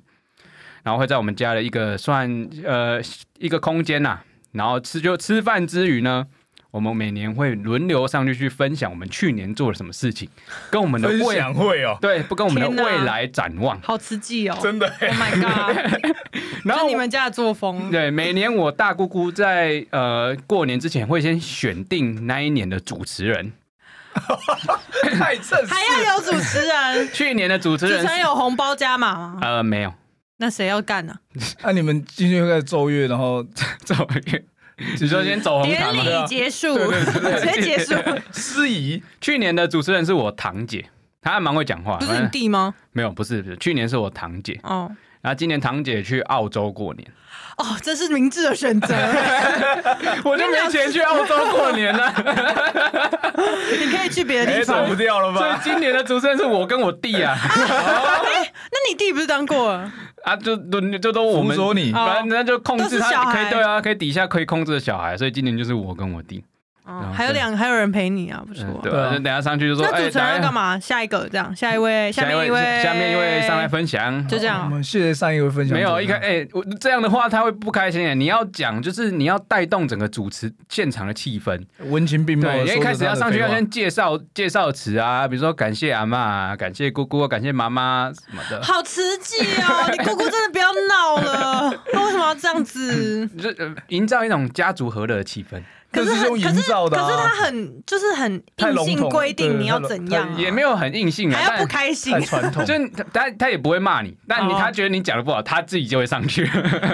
A: 然后会在我们家的一个算呃一个空间呐、然后吃就吃饭之余呢。我们每年会轮流上去去分享我们去年做了什么事情，跟我们的
C: 分
A: 未
C: 享会哦，
A: 对不跟我们的
B: 天哪
A: 未来展望。
B: 好刺激哦！
C: 真的欸
B: Oh my god！
A: 然
B: 就
A: 后
B: 你们家的作 风，
A: 对，每年我大姑姑在呃过年之前会先选定那一年的主持人。
C: 太正式
B: 还。要有主持人，
A: 去年的主持
B: 主持
A: 人
B: 人
A: 是
B: 有红包加码吗？
A: 呃没有，
B: 那谁要干啊呢？
C: 那啊你们进去开始奏乐，然后
A: 走，你说先走红
B: 典
A: 毯吗？啊
B: 礼结束，
C: 对
B: 直接结 束。
C: 司仪
A: 去年的主持人是我堂姐，她还蛮会讲话。
B: 不是你
A: 反正
B: 弟吗？
A: 没有，不是，不是，去年是我堂姐，
B: 哦
A: 然后今年堂姐去澳洲过年，
B: 哦，这是明智的选择。
A: 我就没钱去澳洲过年 了，
B: 你可以去别的
C: 哎
B: 地
C: 走
B: 方。
C: 不掉了
A: 所以
C: 吧？
A: 今年的主持人是我跟我弟啊，
B: 哎那你弟不是当过哦了？
A: 啊，就都就都我们
C: 辅佐你
A: 反正那就控
B: 都
A: 制
B: 是
A: 他，
B: 小
A: 可
B: 孩
A: 以对啊，可以底下可以控制的小孩，所以今年就是我跟我弟，
B: 哦
A: 嗯，
B: 还有两还有人陪你啊，不错
A: 嗯
B: 啊。
A: 对
C: 对
A: 啊，
C: 啊
A: 就等下上去就说，
B: 那
A: 哎，
B: 主持人要
A: 来
B: 干？嘛？下一个这样，下一位，
A: 下
B: 面
A: 一
B: 一位，
A: 下面一位上来，分享，
B: 就这
C: 我
B: 样哦。
C: 们谢谢上一位分享者。
A: 没有，一开哎、我这样的话他会不开心的。哎你要讲，就是你要带动整个主持现场的气氛。
C: 文情并茂
A: 对，
C: 地说着他的废话。
A: 因为一开始要上去要先介绍介绍词啊，比如说感谢阿妈、感谢姑姑、感谢妈妈什么 的。
B: 好刺激哦！你姑姑真的不要 闹了，那为什么要这样子？
A: 就呃营造一种家族和乐的气氛，
B: 可是
C: 这是
B: 很
C: 用营造的啊
B: 可是他很就是很
C: 太
B: 硬
C: 笼
B: 性
C: 统
B: 规定
C: 对
B: 你要
C: 太
B: 怎样、啊，
C: 太
A: 也没有很硬性啊，
B: 还要不开心
C: 太传统
A: 但。就是他他他也不会骂你，但你
B: 哦
A: 他觉得你讲的不好，他自己就会上去。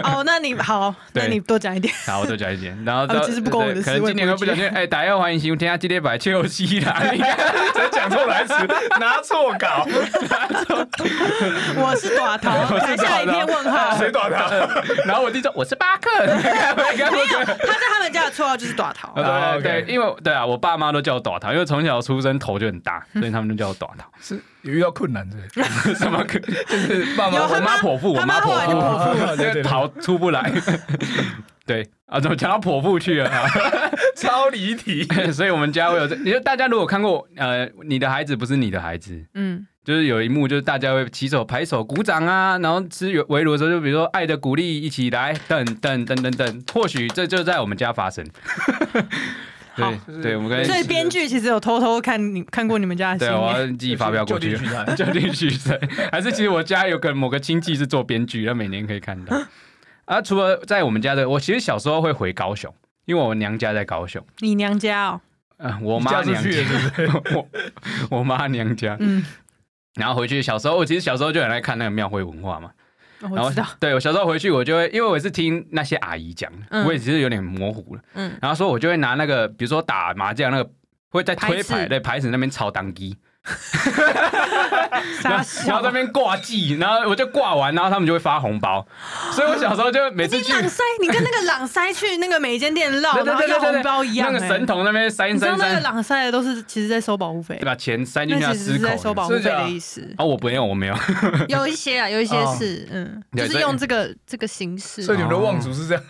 B: 哦。那你好，那
A: 对
B: 你多讲 一点。
A: 好，我多讲一点，然后
B: 啊
A: 到
B: 其实不关我的
A: 可
B: 事
A: 能
B: 我也
A: 今年
B: 不
A: 会不
B: 会
A: 小
B: 去
A: 心，哎，大家欢迎收听下今天百秋夕 啦。你看
C: 才讲错台词，拿错 稿，
B: 我是短头，台下一片问 号。
C: 谁短的？
A: 然后我弟说我是巴克，该不会该不会
B: 他在他们家的绰号就是短头。
C: 啊
A: 呃 对
C: OK
A: 对，因为对啊，我爸妈都叫我短桃，因为从小出生头就很大，
B: 嗯
A: 所以他们就叫我短桃。
C: 是有遇到困难的，
A: 什么可？
C: 就是爸
B: 有
C: 妈
A: 我妈
B: 他妈
A: 剖腹，我
B: 他妈
A: 剖
B: 后来就
A: 腹，
C: 剖腹了对
A: 这 个
C: 对对
A: 桃出不来。对啊，怎么讲到剖腹去了啊？
C: 超离题。
A: 所以我们家会有这，你就大家如果看过呃，你的孩子不是你的孩子，
B: 嗯，
A: 就是有一幕，就是大家会起手拍手、鼓掌啊，然后吃围炉的时候，就比如说爱的鼓励，一起来，等等等等等，或许这就在我们家发生。
B: 好
A: 对，对，我们跟
B: 所以编剧其实有偷偷看你看过你们家的
A: 对，啊
B: 新
A: 我
B: 年。
A: 要自己发表过去
C: 就地取材，
A: 就地取材，还是其实我家有个某个亲戚是做编剧，他每年可以看到。啊，除了在我们家的，我其实小时候会回高雄，因为我娘家在高雄，
B: 你娘家哦，
A: 嗯、我妈
C: 嫁出
A: 娘家
C: 去，了是不是？
A: 我我妈娘家，
B: 嗯，
A: 然后回去小时候，我其实小时候就很爱看那个庙会文化嘛。然
B: 哦我
A: 后
B: 知道，
A: 对我小时候回去，我就会因为我是听那些阿姨讲的，
B: 嗯
A: 我也其实有点模糊了。
B: 嗯，
A: 然后说我就会拿那个，比如说打麻将那个。会在推
B: 牌子
A: 牌对牌子那边抄当机，然
B: 傻
A: 后然
B: 笑
A: 后在那。边挂记，然后我就挂完，然后他们就会发红包，所以我小时候就每次
B: 你
A: 去
B: 朗塞，你跟那个朗塞去那个每一间店
A: 对
B: 绕，
A: 对
B: 然后
A: 对对
B: 要
A: 对
B: 红包一样。
A: 那个神
B: 欸
A: 童那边
B: 你
A: 三
B: 知道
A: 三
B: 那个
A: 三，
B: 朗塞的都是其实在收保护费
A: 对，吧？啊钱塞进
B: 那
A: 去他
B: 其实
A: 狮
B: 是在收
A: 口
B: 保
A: 里。
B: 护费
C: 真的假
B: 的
C: 的
B: 意思。
A: 哦，我没有，我没有，
B: 有一些啊，有一些
C: 哦
B: 是，嗯，
A: 对
B: 就是
A: 所以
B: 用这个这个形式啊
C: 所以。你
A: 哦
C: 们的望族是这样，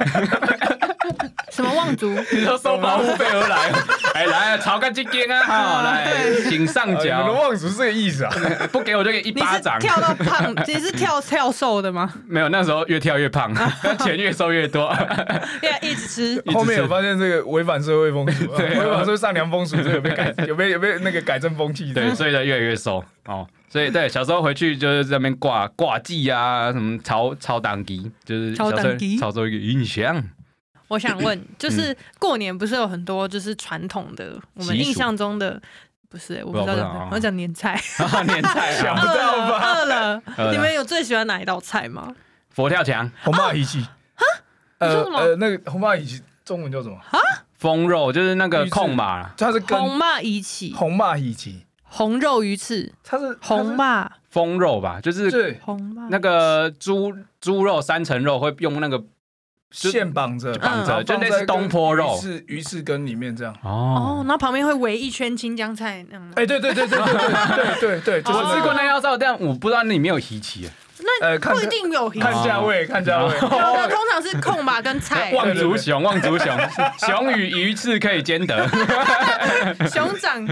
B: 什么 望族？
A: 你说收保护费而来， 哎来啊，炒个鸡间啊，哎好来，请上
C: 你们的
A: 脚，
C: 望族是这个意思啊？
A: 不给我就给一
B: 你是
A: 巴掌。
B: 跳到胖，你是跳跳瘦的 吗？
A: 没有，那时候越跳越胖， 钱越收越 多。
B: 要啊一直吃。
A: 一直是
C: 后面有发现这个违反社会风俗，啊
A: 对
C: 违反社会善良风 俗，这个有被改，有被有被那个改正风气。
A: 对，所以呢越来越瘦哦。所以对，小时候回去就是在那边挂挂记啊，什么抄抄当机，就是
B: 抄
A: 小时候
B: 档机
A: 抄做一个印象。
B: 我想
A: 嗯
B: 问，就是过年不是有很多就是传统的，我们
A: 习俗
B: 印象中的。不是、欸，我不知
A: 不
B: 道
A: 知道
B: 怎么
A: 啊
B: 讲，我讲年菜。
A: 年菜
C: 想
A: 啊，
C: 不到吧
A: 饿
B: 饿了，饿了
A: 了
B: 你们有最喜欢哪一道菜吗？
A: 佛跳墙、
C: 红蚂蚁鸡，
A: 啊
B: 你说
C: 呃
B: 什么
C: 呃，那个红蚂蚁鸡中文叫什么？
A: 风肉，就是那个
C: 预制
A: 控嘛，
C: 它是跟
B: 红骂一起，
C: 红蚂蚁鸡，
B: 红肉鱼翅，
C: 它是
B: 红，骂
A: 风肉吧，就是
C: 对，
B: 红骂
A: 那个猪猪肉三层肉会用那个就
C: 线绑着，
A: 绑着，
C: 然后
A: 就
C: 放
A: 类
C: 在
A: 似
C: 跟
A: 东坡肉
C: 鱼翅鱼翅羹里面这样。
B: 哦，
A: 哦。
B: 然后旁边会围一圈青江菜那样吗。
C: 哎，对对对对对对对对，就是
A: 我
C: 那个
A: 吃过那道菜，但我不知道那里面有稀奇。
C: 呃，看
B: 不一定有鱼翅，
C: 看价
A: 哦
C: 位，看价位。
B: 有的通常是空吧跟菜，
A: 望族熊，望族熊，熊与鱼翅可以兼得。
B: 熊掌。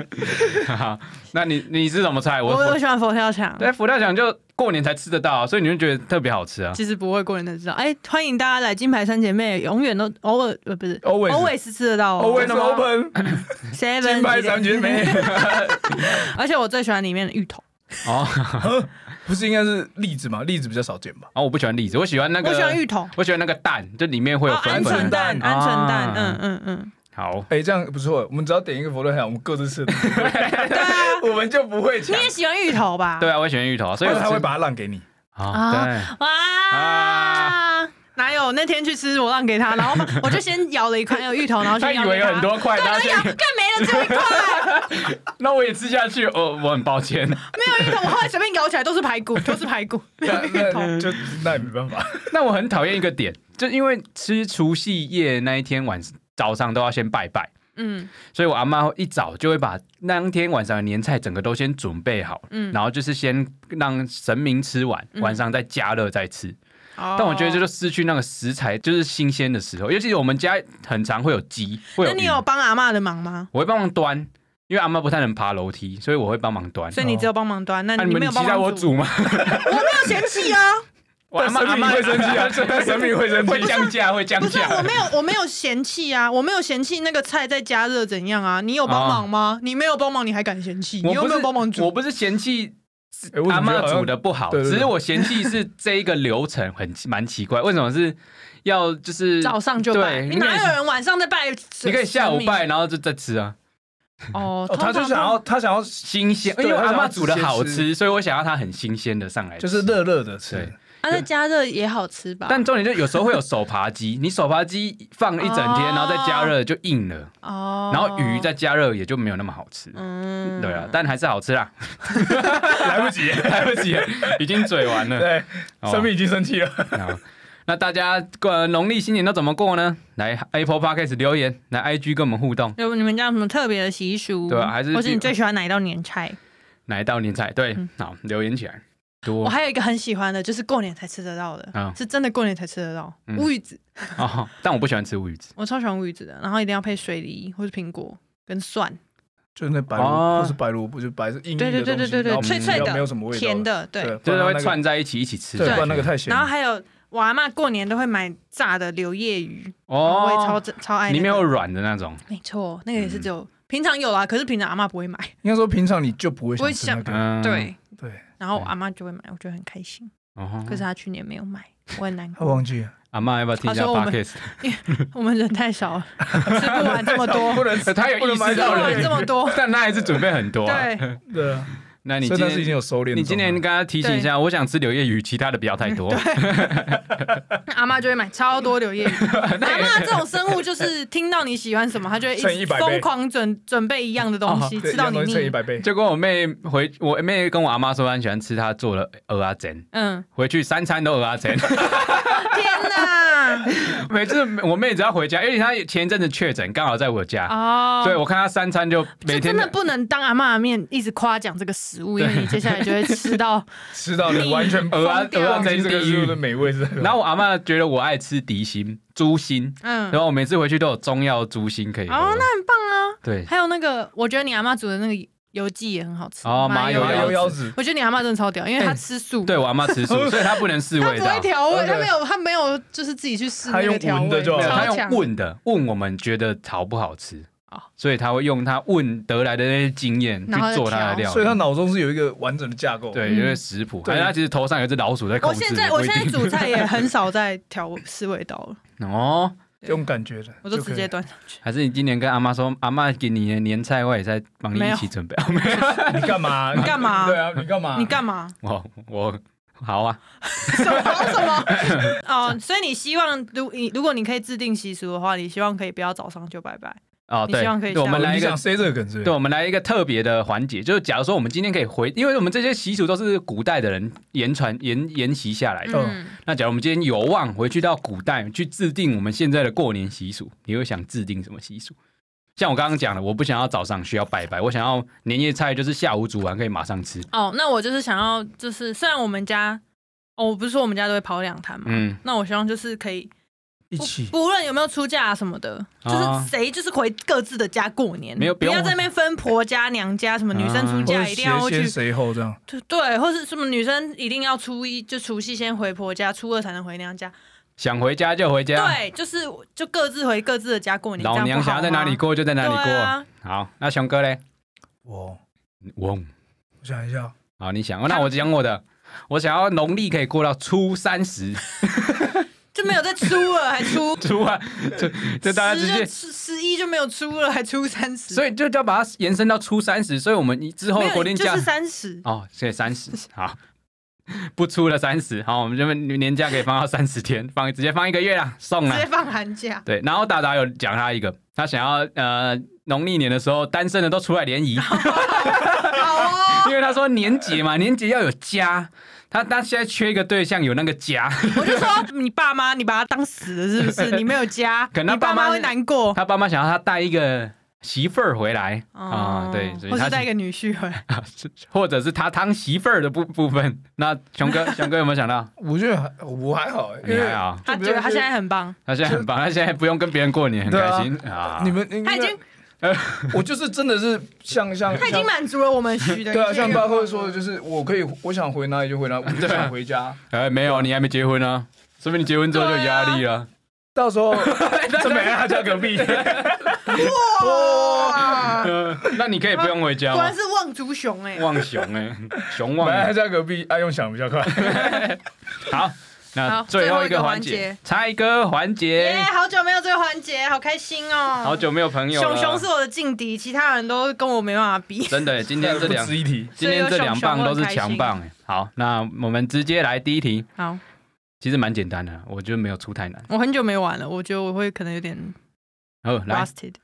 A: 好，那你你是什么菜？
B: 我
A: 我哎
B: 我
A: 我
B: 喜欢佛跳墙，
A: 对佛跳墙就过年才吃得到啊、所以你就觉得特别好吃啊。
B: 其实不会过人的知道。哎，欢迎大家来金牌三姐妹，永远都偶尔呃不是
C: Always
B: always 吃得到哦
C: Always open，
B: seven，
C: 金牌三姐妹，
B: 而且我最喜欢里面的芋头，
A: 哦，
C: 不是应该是栗子吗？栗子比较少见吧？
A: 哦，我不喜欢栗子，我喜欢那个，
B: 我喜欢芋头，
A: 我喜欢那个蛋，就里面会
B: 哦
A: 有
B: 鹌
A: 粉
B: 鹑
A: 粉的。
B: 蛋，鹌
C: 粉
B: 鹑蛋
A: 啊，
B: 嗯嗯 嗯，
A: 好，
C: 哎，这样不错，我们只要点一个佛跳墙，我们各自 吃，
B: 对啊，
C: 我们就不会
B: 你
C: 抢，
B: 也喜欢芋头吧？
A: 对啊，我也喜欢芋头啊，所以
C: 但
A: 我
C: 是他会
A: 吃
C: 把它让 给你。
A: 啊，对
B: 啊，哇
A: 啊！
B: 哪有那天去吃我让给他，然后我就先咬了一块有芋头，然后
A: 他
B: 去咬
A: 以为有很多块，
B: 对，
A: 他
B: 然后
A: 先
B: 咬更没了这一块，
A: 那我也吃下去，我我很抱歉。
B: 没有芋头，我后来随便咬起来都是排骨，都是排骨，没有
C: 那
B: 芋头。
C: 那就那也没办法。
A: 那我很讨厌一个点，就因为吃除夕夜那一天晚上早上都要先拜拜，
B: 嗯
A: 所以我阿妈一早就会把当天晚上的年菜整个都先准备好，
B: 嗯，
A: 然后就是先让神明吃完，
B: 嗯哦
A: 晚上再加热再吃。
B: 但
A: 但我觉得这就失去那个食材就是新鲜的时候，尤其是我们家很常会有鸡，会
B: 那
A: 有
B: 你
A: 鱼，
B: 有帮阿嬷的忙吗？
A: 我会帮忙端，因为阿妈不太能爬楼梯，所以我会帮忙端。啊
B: 所以你只有帮忙端，那
A: 那、你
B: 没
A: 们
B: 有
A: 期
B: 帮
A: 待
B: 忙
A: 我
B: 煮，
A: 煮 吗？
B: 我没有嫌弃啊，
A: 我阿嬷
C: 神明会生气啊， 但神明会生
A: 会
C: 气。
A: 降价，会降
B: 不是啊
A: 价。
B: 我没有我没有嫌弃啊，我没有嫌弃那个菜在加热怎样啊？你有帮忙吗？你没有帮忙，你还敢嫌弃？你
A: 我
B: 有
A: 不
B: 没
A: 是
B: 有帮忙煮
A: 我？不是嫌弃
C: 哎我
A: 阿
C: 怎么觉得
A: 妈
C: 好像
A: 煮的不好，
C: 对对 对
A: 只是我嫌弃是这一个流程很蛮奇怪。为什么是要就是
B: 早上就拜，
A: 对
B: 你
A: 你可以
B: 哪有人晚上在拜神？
A: 你可以下午
B: 神明
A: 拜，然后就再吃啊，
B: 哦
C: 哦，他就想要，他想要
A: 新鲜，因为
C: 对
A: 我
C: 他
A: 阿
C: 想要
A: 妈煮的好
C: 直接
A: 吃，所以我想要它很新鲜的上来，
C: 就是。热热的吃
A: 对，
B: 他在加热也好吃吧？
A: 但重点就有时候会有手扒鸡，你手扒鸡放一整天，
B: 哦
A: 然后再加热就硬了，
B: 哦，
A: 然后鱼再加热也就没有那么好吃。
B: 嗯
A: 对啊，但还是好吃 啦，
C: 来不 及，
A: 来不及了，已经嘴完 了。
C: 对，
A: 哦
C: 生命已经生气了。
A: 好，那大家过农历新年都怎么过呢？来 Apple Podcast 留言，来 IG 跟我们互动，
B: 有你们家有什么特别的习俗？
A: 对啊还是
B: 或是你最喜欢哪一道年菜？
A: 哪一道年菜？对
B: 嗯，
A: 好，留言起来。
B: 我
A: 多
B: 还有一个很喜欢的，就是过年才吃得到的，
A: 嗯
B: 是真的过年才吃得到
A: 嗯
B: 乌鱼子，
A: 哦，但我不喜欢吃乌鱼子。
B: 我超喜欢乌鱼子的，然后一定要配水梨或是苹果跟蒜，
C: 就是那白萝
A: 哦
C: 卜，不是白萝卜，就白硬硬
B: 对
C: 的
B: 对对对
C: 东西
B: 对
C: 然
B: 对，
C: 后
B: 脆脆
C: 比较
B: 的，
C: 没有什么味道，
B: 甜的，对。
C: 对，
A: 就是会
C: 串，
A: 串在一起一起吃，
C: 对，不然那
A: 感觉
C: 个太咸
B: 然后
C: 了。
B: 还有我阿妈过年都会买炸的柳叶鱼，我也超
A: 哦，
B: 超爱、那个。
A: 里面有嗯软的那种，
B: 没错，那个也是只有、平常有啦，可是平常阿妈不会买，
C: 应该说平常你就不会
B: 不会
C: 吃那个，
A: 嗯，，
B: 对。
C: 对，
B: 然后我
A: 对
B: 阿妈就会买，我就很开心。
A: 哦
B: 可是她去年没有买，我很难
C: 他
B: 过。
C: 忘记了，
A: 阿妈要不要听一下
B: 他说我们
A: Podcast？
B: 我们人太少了，吃不完这么 多，
C: 不能
A: 呃他有意识
B: 吃不
A: 到
C: 不能买
B: 完
A: 了
B: 这，么多。
A: 但他还是准备很多啊。
B: 对，
C: 对啊，
A: 那你
C: 所
A: 今
C: 以他是已经
A: 天
C: 有收敛的状态。
A: 你今年跟他提醒一下，我想吃柳叶鱼，其他的不要太多。
B: 嗯阿妈就会买超多 柳叶鱼。阿妈这种生物就是听到你喜欢什么，她就会
C: 乘一
B: 直
C: 百倍哦
B: 疯狂准准备一样的东西，
C: 对
B: 吃到
C: 一
B: 你
C: 样东西乘一
B: 腻。
C: 百倍，
A: 就跟我妹回，我妹跟我阿妈说，她很喜欢吃她做的鹅阿煎，
B: 嗯，
A: 回去三餐都鹅阿 煎。
B: 天 哪！
A: 每次我妹只要回家，因为她前一阵子确诊，刚好在我家，
B: 哦，
A: 所以我看她三餐就每
B: 就
A: 天
B: 真的不能当阿妈的面一直夸奖这个食物，因 为你接下来就会吃到
C: 吃到你完全
A: 鹅啊
B: 疯掉
A: 鹅啊
C: 忘
A: 真
C: 记这个
A: 地
C: 食物
A: 狱
C: 的。美味是什
B: 啊
C: 么。
A: 然后我阿妈觉得我爱吃迪心、猪心，
B: 嗯
A: 然，后我每次回去都有中药猪心可以喝。
B: 哦，那很棒啊！
A: 对，
B: 还有那个，我觉得你阿妈煮的那个油鸡也很好吃
A: 哦麻油
C: 麻油哎腰子，
B: 我觉得你阿妈真的超屌，因为她吃素，
A: 对我阿妈吃素， 所以她不能试
B: 她
A: 味
B: 不
A: 道
B: 会。调味，
C: 对
B: 她没有，她没有就是自己去试
C: 她
B: 那
C: 用
B: 个调
C: 闻的
B: 味，
C: 就好
A: 没有，
C: 了
A: 他
B: 超
A: 用
B: 强。
A: 问的问我们觉得好不好吃
B: 哦
A: 所以他会用他问得来的那些经验去
B: 然后再
A: 做他的
B: 调
A: 料理。
C: 所以他脑中是有一个完整的架构。
A: 对，
B: 嗯
A: 因为食谱，
C: 对
A: 而且他其实头上有一只老鼠在控
B: 我
A: 制。
B: 现在
A: 也不
B: 我
A: 一
B: 现在
A: 定
B: 煮菜也很少在调试味道 了，
A: 哦，
C: 这种感觉的，
B: 我就直接
C: 可
B: 端上 去。
A: 还是你今年跟阿妈说，阿妈给你的年菜，我也在帮你
B: 没
A: 一
B: 有
A: 起准备。 哦没有，
C: 以你干嘛？
B: 你干嘛
C: 对啊，你干嘛？
B: 你干嘛？
A: 我我好啊，
B: 什么 什么？哦，所以你希望，如你如果你可以制定习俗的话，你希望可以不要早上就拜拜。
A: 哦
B: 你希望可以
A: 对，对我
B: 下
A: 们
B: 午
A: 来
C: 你
A: 一个
C: 想。塞这个梗是不是？
A: 对，我啊们来一个特别的环节，就是假如说我们今天可以回，因为我们这些习俗都是古代的人言传沿沿袭下来的，
B: 嗯，
A: 那假如我们今天有望回去到古代去制定我们现在的过年习俗，你会想制定什么习俗？像我刚刚讲的，我不想要早上需要拜拜，我想要年夜菜就是下午煮完可以马上吃。
B: 哦，那我就是想要，就是虽然我们家，哦，我不是说我们家都会跑两坛嘛，
A: 嗯，
B: 那我希望就是可以
C: 一
B: 不
C: 起
B: 不论有没有出嫁啊什么的，就
A: 啊
B: 是谁就是回各自的家过年，
A: 没有
B: 不
A: 不用啊
B: 要在那边分婆家娘家，什么女生出
C: 或
B: 嫁
C: 者
B: 一定要
C: 谁
B: 去
C: 先，谁后这样。
B: 对对，或是什么女生一定要初一就除夕先回婆家，初二才能回娘家，
A: 想回家就回家，
B: 对，就是就各自回各自的家过年，这
A: 啊老
B: 样
A: 娘
B: 不好
A: 想要在哪里
B: 吗
A: 过就在哪里
B: 对
A: 过。
B: 啊
A: 好，那熊哥嘞？
C: 我
A: 我
C: 我想一下，
A: 好，你想，哦那我讲我的，我想要农历可以过到初三十，
B: 就没有再出了，还出
A: 初 啊，就 就大家直
B: 十
A: 接
B: 就，十十一就没有出了，还出三十，
A: 所以就要把它延伸到初三十，所以我们一之后
B: 没
A: 的
B: 有
A: 国定
B: 就
A: 假
B: 是三十。
A: 哦，所以三十好， 不出了三十好，我们这边年假可以放到三十天，放直接放一个月啦，送
B: 直
A: 啦
B: 接。放寒假，
A: 对，然后达达有讲他一个，他想要呃农历年的时候，单身的都出来联 谊，
B: 好哦！
A: 因为他说年节嘛， 年节要有家，他他现在缺一个对象有那个家，
B: 我就说你爸妈，你把他当死了是不是？你没有家，
A: 可能他
B: 你爸
A: 爸妈
B: 会难过
A: 他爸妈想要他带一个媳妇儿回来啊、
B: 哦
A: 对，所以
B: 或
A: 他
B: 是带一个女婿回来。
A: 或者是他当媳妇儿的部部分。那熊 哥，熊哥有没有想到？
C: 我觉得还我还好，因
A: 你
C: 为
A: 还好，
B: 他觉得他现在很棒，
A: 他现在很棒，他现在不用跟别人过年，很
C: 对啊
A: 开心啊
C: 你。们应
B: 他
C: 该
B: 已经
C: 我就是真的是像像
B: 他已经
C: 像
B: 满足了我们许的一切愿
C: 对
B: 望
C: 啊，
B: 了。
C: 像巴克说的，就是我可以我想回哪里就回哪里，我就想回家。
A: 哎，没有，你还没结婚啊，说明你结婚之后就有压力了。
C: 到 时候真没啊，家隔壁。
B: 哇，
A: 呃那你可以不用回家
B: 果
A: 吗
B: 然？是望族熊哎，
A: 望熊哎，熊望
C: 本来
A: 哎
C: 他。家隔壁，爱用想比较快。
A: 好，那
B: 好
A: 最后一
B: 最后一
A: 个
B: 个
A: 环
B: 环
A: 节
B: 节，
A: 猜歌环节
B: 耶、。好久没有这个环节，好开心哦！
A: 好久没有朋友了，
B: 熊熊是我的劲敌，其他人都跟我没办法比。
A: 真的耶，今天这两
C: 不值一提。
A: 今天这两棒都是强
B: 所以有熊熊我
A: 棒耶。欸好，那我们直接来第一题，
B: 好，
A: 其实蛮简单的，我觉得没有出太难。
B: 我很久没玩了，我觉得我会可能有点
A: 好，来，
B: rusted。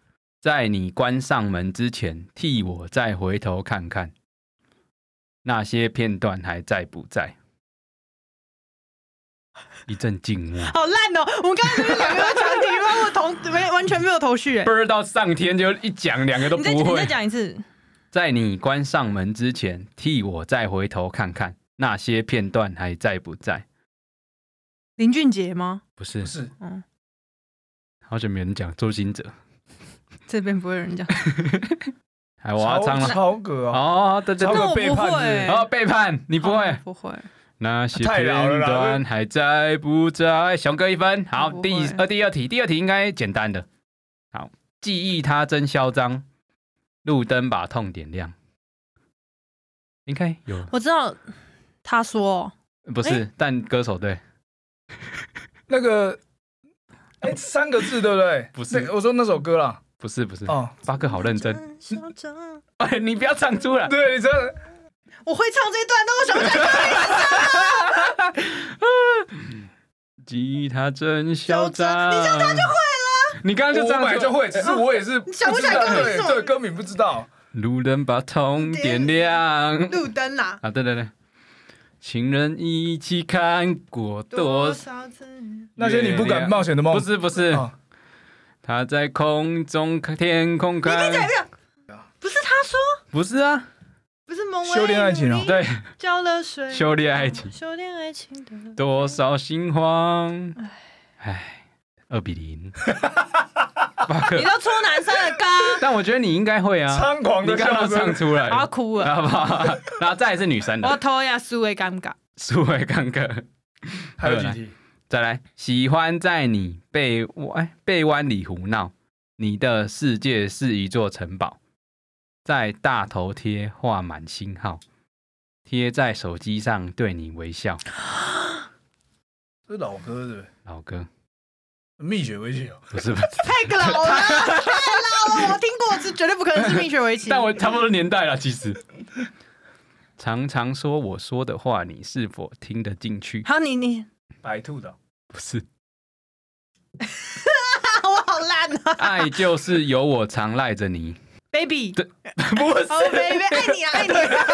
A: 在你关上门之前，替我再回头看看，那些片段还在不在？一阵静默，
B: 好烂哦！我们刚才明明两个都讲题目，我同没完全没有头绪哎
A: 不。知道上天就一讲，两个都
B: 你再
A: 不
B: 你再
A: 会。
B: 讲一次，
A: 在你关上门之前，替我再回头看看，那些片段还在不在？
B: 林俊杰吗？
A: 不是
C: 不，是，
B: 嗯，
A: 好久没有人讲周星哲，
B: 这边不会有人 讲。
A: 还我要唱了。
C: 超哥啊，
A: 哦，对对
C: 超
A: 对，
B: 那
C: 哥
B: 我
C: 背叛
B: 不
C: 是
B: 会
C: 不是
B: 欸
A: 哦，背叛，你不会
B: 哦。不会。
A: 那些
C: 太
A: 片
C: 老了啦
A: 段还在不在？熊哥一分。好，
B: 不会
A: 第呃第二题，第二题应该简单的。好，记忆它真嚣张，路灯把痛点亮。应该有，
B: 我知道他说
A: 不是，但歌手对，
C: 那个，哎，三个字对不对？
A: 不是
C: 那个我说那首歌啦。
A: 不是不是。
C: 哦，
A: 巴克好认真，。
B: 嚣张
A: 哎，你不要唱出来。
C: 对，你真的
B: 我会唱这一段，但我想不起来。
A: 记忆它真嚣张，
B: 你这样
A: 他就会了。你刚刚就
C: 我
A: 这
C: 本来
A: 样啊
C: 就会，只是我也是
B: 想不起来
C: 知道
B: 歌名是
C: 对
B: 什么
C: 对，歌名不知道。
A: 路灯把痛点亮。
B: 路灯啦，
A: 啊，对对对，情人一起看过 多
B: 多
A: 少？
B: 少次？
C: 那些你不敢冒险的梦，
A: 啊不是不是，
C: 哦
A: 他在空中看天空
B: 你
A: 看
B: 再，讲一遍。不是他说，
A: 不是啊，
B: 不是梦为
C: 修炼爱情哦
B: 努力
A: 对，
B: 浇了水，
A: 修炼爱情
B: 修炼爱情的
A: 多少心慌，唉，二比零，巴克
B: 你，都出男生 的歌，
A: 但我觉得你应该会啊，
C: 猖狂
A: 你
C: 的
A: 刚
C: 笑
A: 刚唱
C: 声。
A: 出来
B: 我，要哭了，
A: 好不好？然后再来是女生
B: 我要
A: 的，
B: 偷一下苏的尴尬。
A: 苏伟刚哥，
C: 还有几题？
A: 再来，喜欢在你背弯背弯里胡闹，你的世界是一座城堡，在大头贴画满星号，贴在手机上对你微笑。
C: 这是老歌是不是？
A: 老哥，
C: 蜜雪薇琪哦，
A: 不是不是，
B: 太 老了，太老了，我听过，这绝对不可能是蜜雪围 棋。
A: 但我差不多年代了，其实。常常说我说的话，你是否听得进去？
B: 好，你你，
C: 白兔的哦。
A: 不是，
B: 我好烂啊
A: 爱就是有我常赖着你，
B: ，baby，
A: 不是
B: 哦 baby，爱你啊，爱你啊，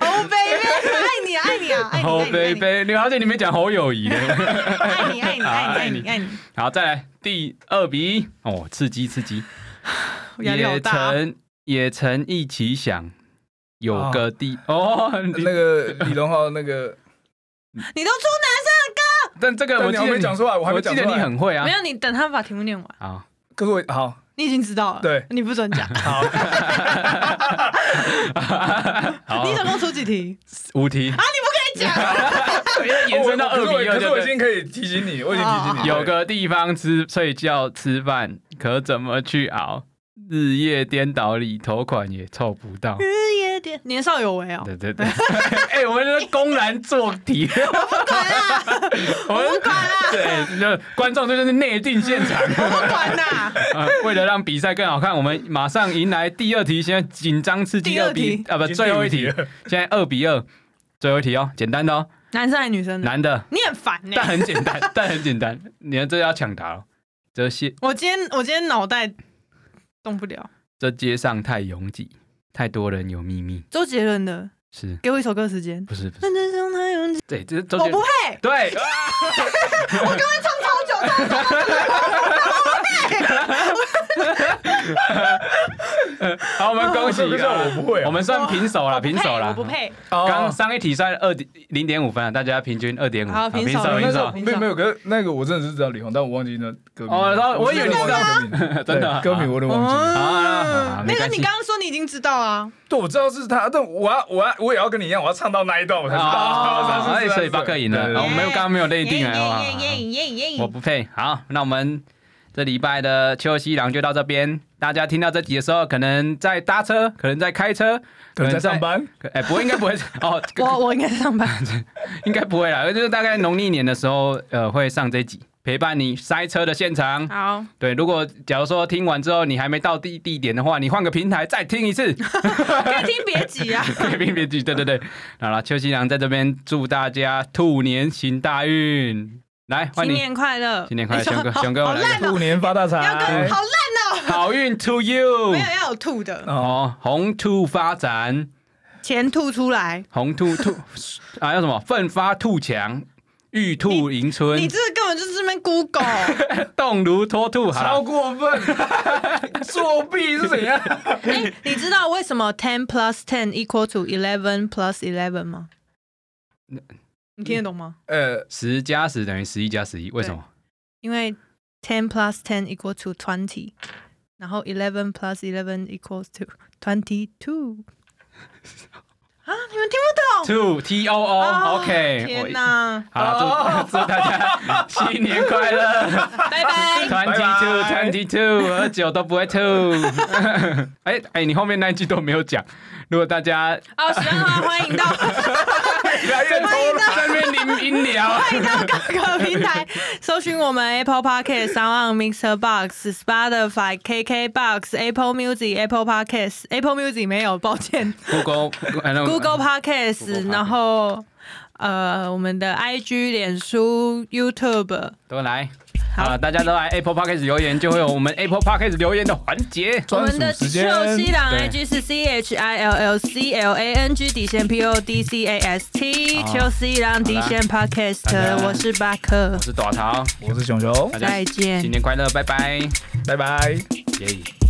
B: 哦 baby，爱你啊，爱你啊，爱你，哦
A: 侯贝贝，刘小姐，你没讲侯友谊的。
B: 爱你，爱你，爱你，爱你，爱 你，
A: 好，再来第二比一哦，刺激刺激！
B: 压力好
A: 也
B: 大啊。
A: 曾也曾一起想有个地哦，你
C: 那个李荣浩那个，
B: 你都出
A: 但这个
C: 但
A: 我
C: 你
A: 记
C: 还
A: 得
C: 没讲出来，我还
A: 我
C: 没
A: 记
C: 讲
A: 得
C: 出
A: 你
C: 来。
A: 很会啊
B: 没。有，你等他把题目念完，
A: 好，
C: 可是我好哦
B: 你已经知道了。
C: 对
B: 你不准 讲。
C: 好，
A: 好，
B: 你总共出几题？
A: 无题，
B: 再讲。
A: 延伸到
C: 我
A: 二比
C: 可
A: 二
C: 是
A: 就
C: 我已
A: 对。
C: 经可以提醒你，我已经提 醒你
A: 有个地方吃睡觉吃饭，可怎么去熬？日夜颠倒里，头款也凑不 到。
B: 日夜点 年少有为哦。
A: 对对 对，哎，我们这公然做 题，
B: 不管啦，
A: 我们 对，就观众这就是内定现场。
B: 我不管啦。
A: 啊，为了让比赛更好看，我们马上迎来第二题，现在紧张刺激
B: 第二
A: 二比
B: 题
A: 啊不
C: 已经
A: 最后一
C: 第
A: 题
C: 五题了，
A: 现在二比二，最后一题哦，简单的哦，
B: 男生还是女生的？
A: 难 的，
B: 你很烦呢
A: 但。很简单， 但很简单，你看这要抢答哦。这些
B: 我今天我今天脑袋动不了。
A: 这街上太拥挤，太多人有秘密，
B: 周杰伦的，
A: 是
B: 给我一首歌时间。
A: 不是不是？
B: 认真上他有人
A: 对，这是周
B: 我
A: 杰
B: 不
A: 伦
B: 配，
A: 对，
B: 超久超久。
A: 好，我们恭喜
C: 这个叫我不会啊
A: 我们算平手了，
B: 我不配
A: 平手了
B: 我。不配。
C: 哦
A: 刚上一题算二点零点五分啊，大家平均二点五，
B: 好平手
A: 手，
B: 了
A: 平
C: 那
B: 时
C: 时
B: 候
A: 手
C: 候。没有没有，可是那个我真的是知道李红，但我忘记那歌名。
A: 哦然后我以为你知道
C: 道
A: 真的啊
C: 歌名我都忘记了。
A: 啊
B: 嗯，
A: 没
B: 那个
A: 关系
B: 你刚刚说你已经知道啊，
C: 对，我知道是他，但我要我要我也要跟你一样，我要唱到那一段我才知道。
A: 哦，哎，所以巴克赢了，
C: 对对
A: 啊
C: 对
A: 我们又刚刚没有内定
B: 耶
A: 啊，
B: 耶耶耶耶耶
A: 我不配。好，那我们这礼拜的秋夕郎就到这边。大家听到这集的时候，可能在搭车，可能在开车，
C: 可能在上，班，
A: 可哎、不会，应该不会哦，
B: 我我应该上班，
A: 应该不会啦，就是大概农历年的时候，呃，会上这集，陪伴你塞车的现场。
B: 好，
A: 对，如果假如说听完之后你还没到地地点的话，你换个平台再听一 次，
B: 可以听别急啊，
A: 别别别急，对对对。好了，邱新郎在这边祝大家兔年行大运，来换
B: 新
A: 你，
B: 年快乐，
A: 新年快乐
B: 你说
A: 熊哥
B: 好
A: 熊哥我
B: 好
A: 来一个
B: 烂
C: 兔
B: 哦，
C: 年发大
B: 要跟
C: 财。
B: 好烂哦，
A: 好运 to you
B: 没。有要有吐的，
C: 哦，
A: 哦，红兔发展，
B: 钱吐出来，
A: 红兔兔啊，要什么？奋发图强，玉兔迎春
B: 你，这个根本就是这边 Google，
A: 动如脱兔。好
C: 超
A: 啦，
C: 过分， 作弊是 怎样？
B: 哎、你知道为什么 ten plus ten equal to eleven plus eleven 吗？你听得懂吗？
C: 呃，
A: 十加十等于十一加十一，为什么？
B: 因为 ten plus ten equal to twenty，然后 eleven plus eleven equals to twenty two。啊，你们听不懂
A: two T O O
B: 啊
A: OK，我！
B: 天哪哦
A: 好了， 祝祝大家新年快乐
B: 拜 拜。
A: ，twenty two twenty two，喝酒都不会吐。 哎哎，你后面那一句都没有讲，如果大家
B: 哦，喜欢的话欢 迎到
C: 越来越多
B: 欢迎
C: 了。
B: 到
A: 在那边零音 聊，
B: 欢迎到各个平台搜寻我们 Apple Podcast、Sound On Mixer Box、Spotify、KK Box、Apple Music、Apple Podcast、Apple Music 没有，抱歉
A: Google哎
C: 嗯
A: 那
B: ，Google
A: Podcast
B: Podcast，然后呃，我们的 IG、脸书、YouTube。
A: 都来。
B: 好
A: 啊！大家都来 Apple Podcast 留言，就会有我们 Apple Podcast 留言的环节。
B: 我
C: 专
B: 们
C: 属
B: 的
C: 时
B: 秀
C: 间
B: 西郎
A: 对
B: IG 是 C H I L L C L A N G 底线 P O D C A S T
C: 啊
A: 好
B: 秀西郎底线
A: 大
B: Podcast，
A: 家
B: 我是巴克
A: 我，是朵桃，
C: 我是熊熊，
A: 大家
B: 再见
A: 新。年快乐，拜拜，
C: 拜拜。
A: 耶。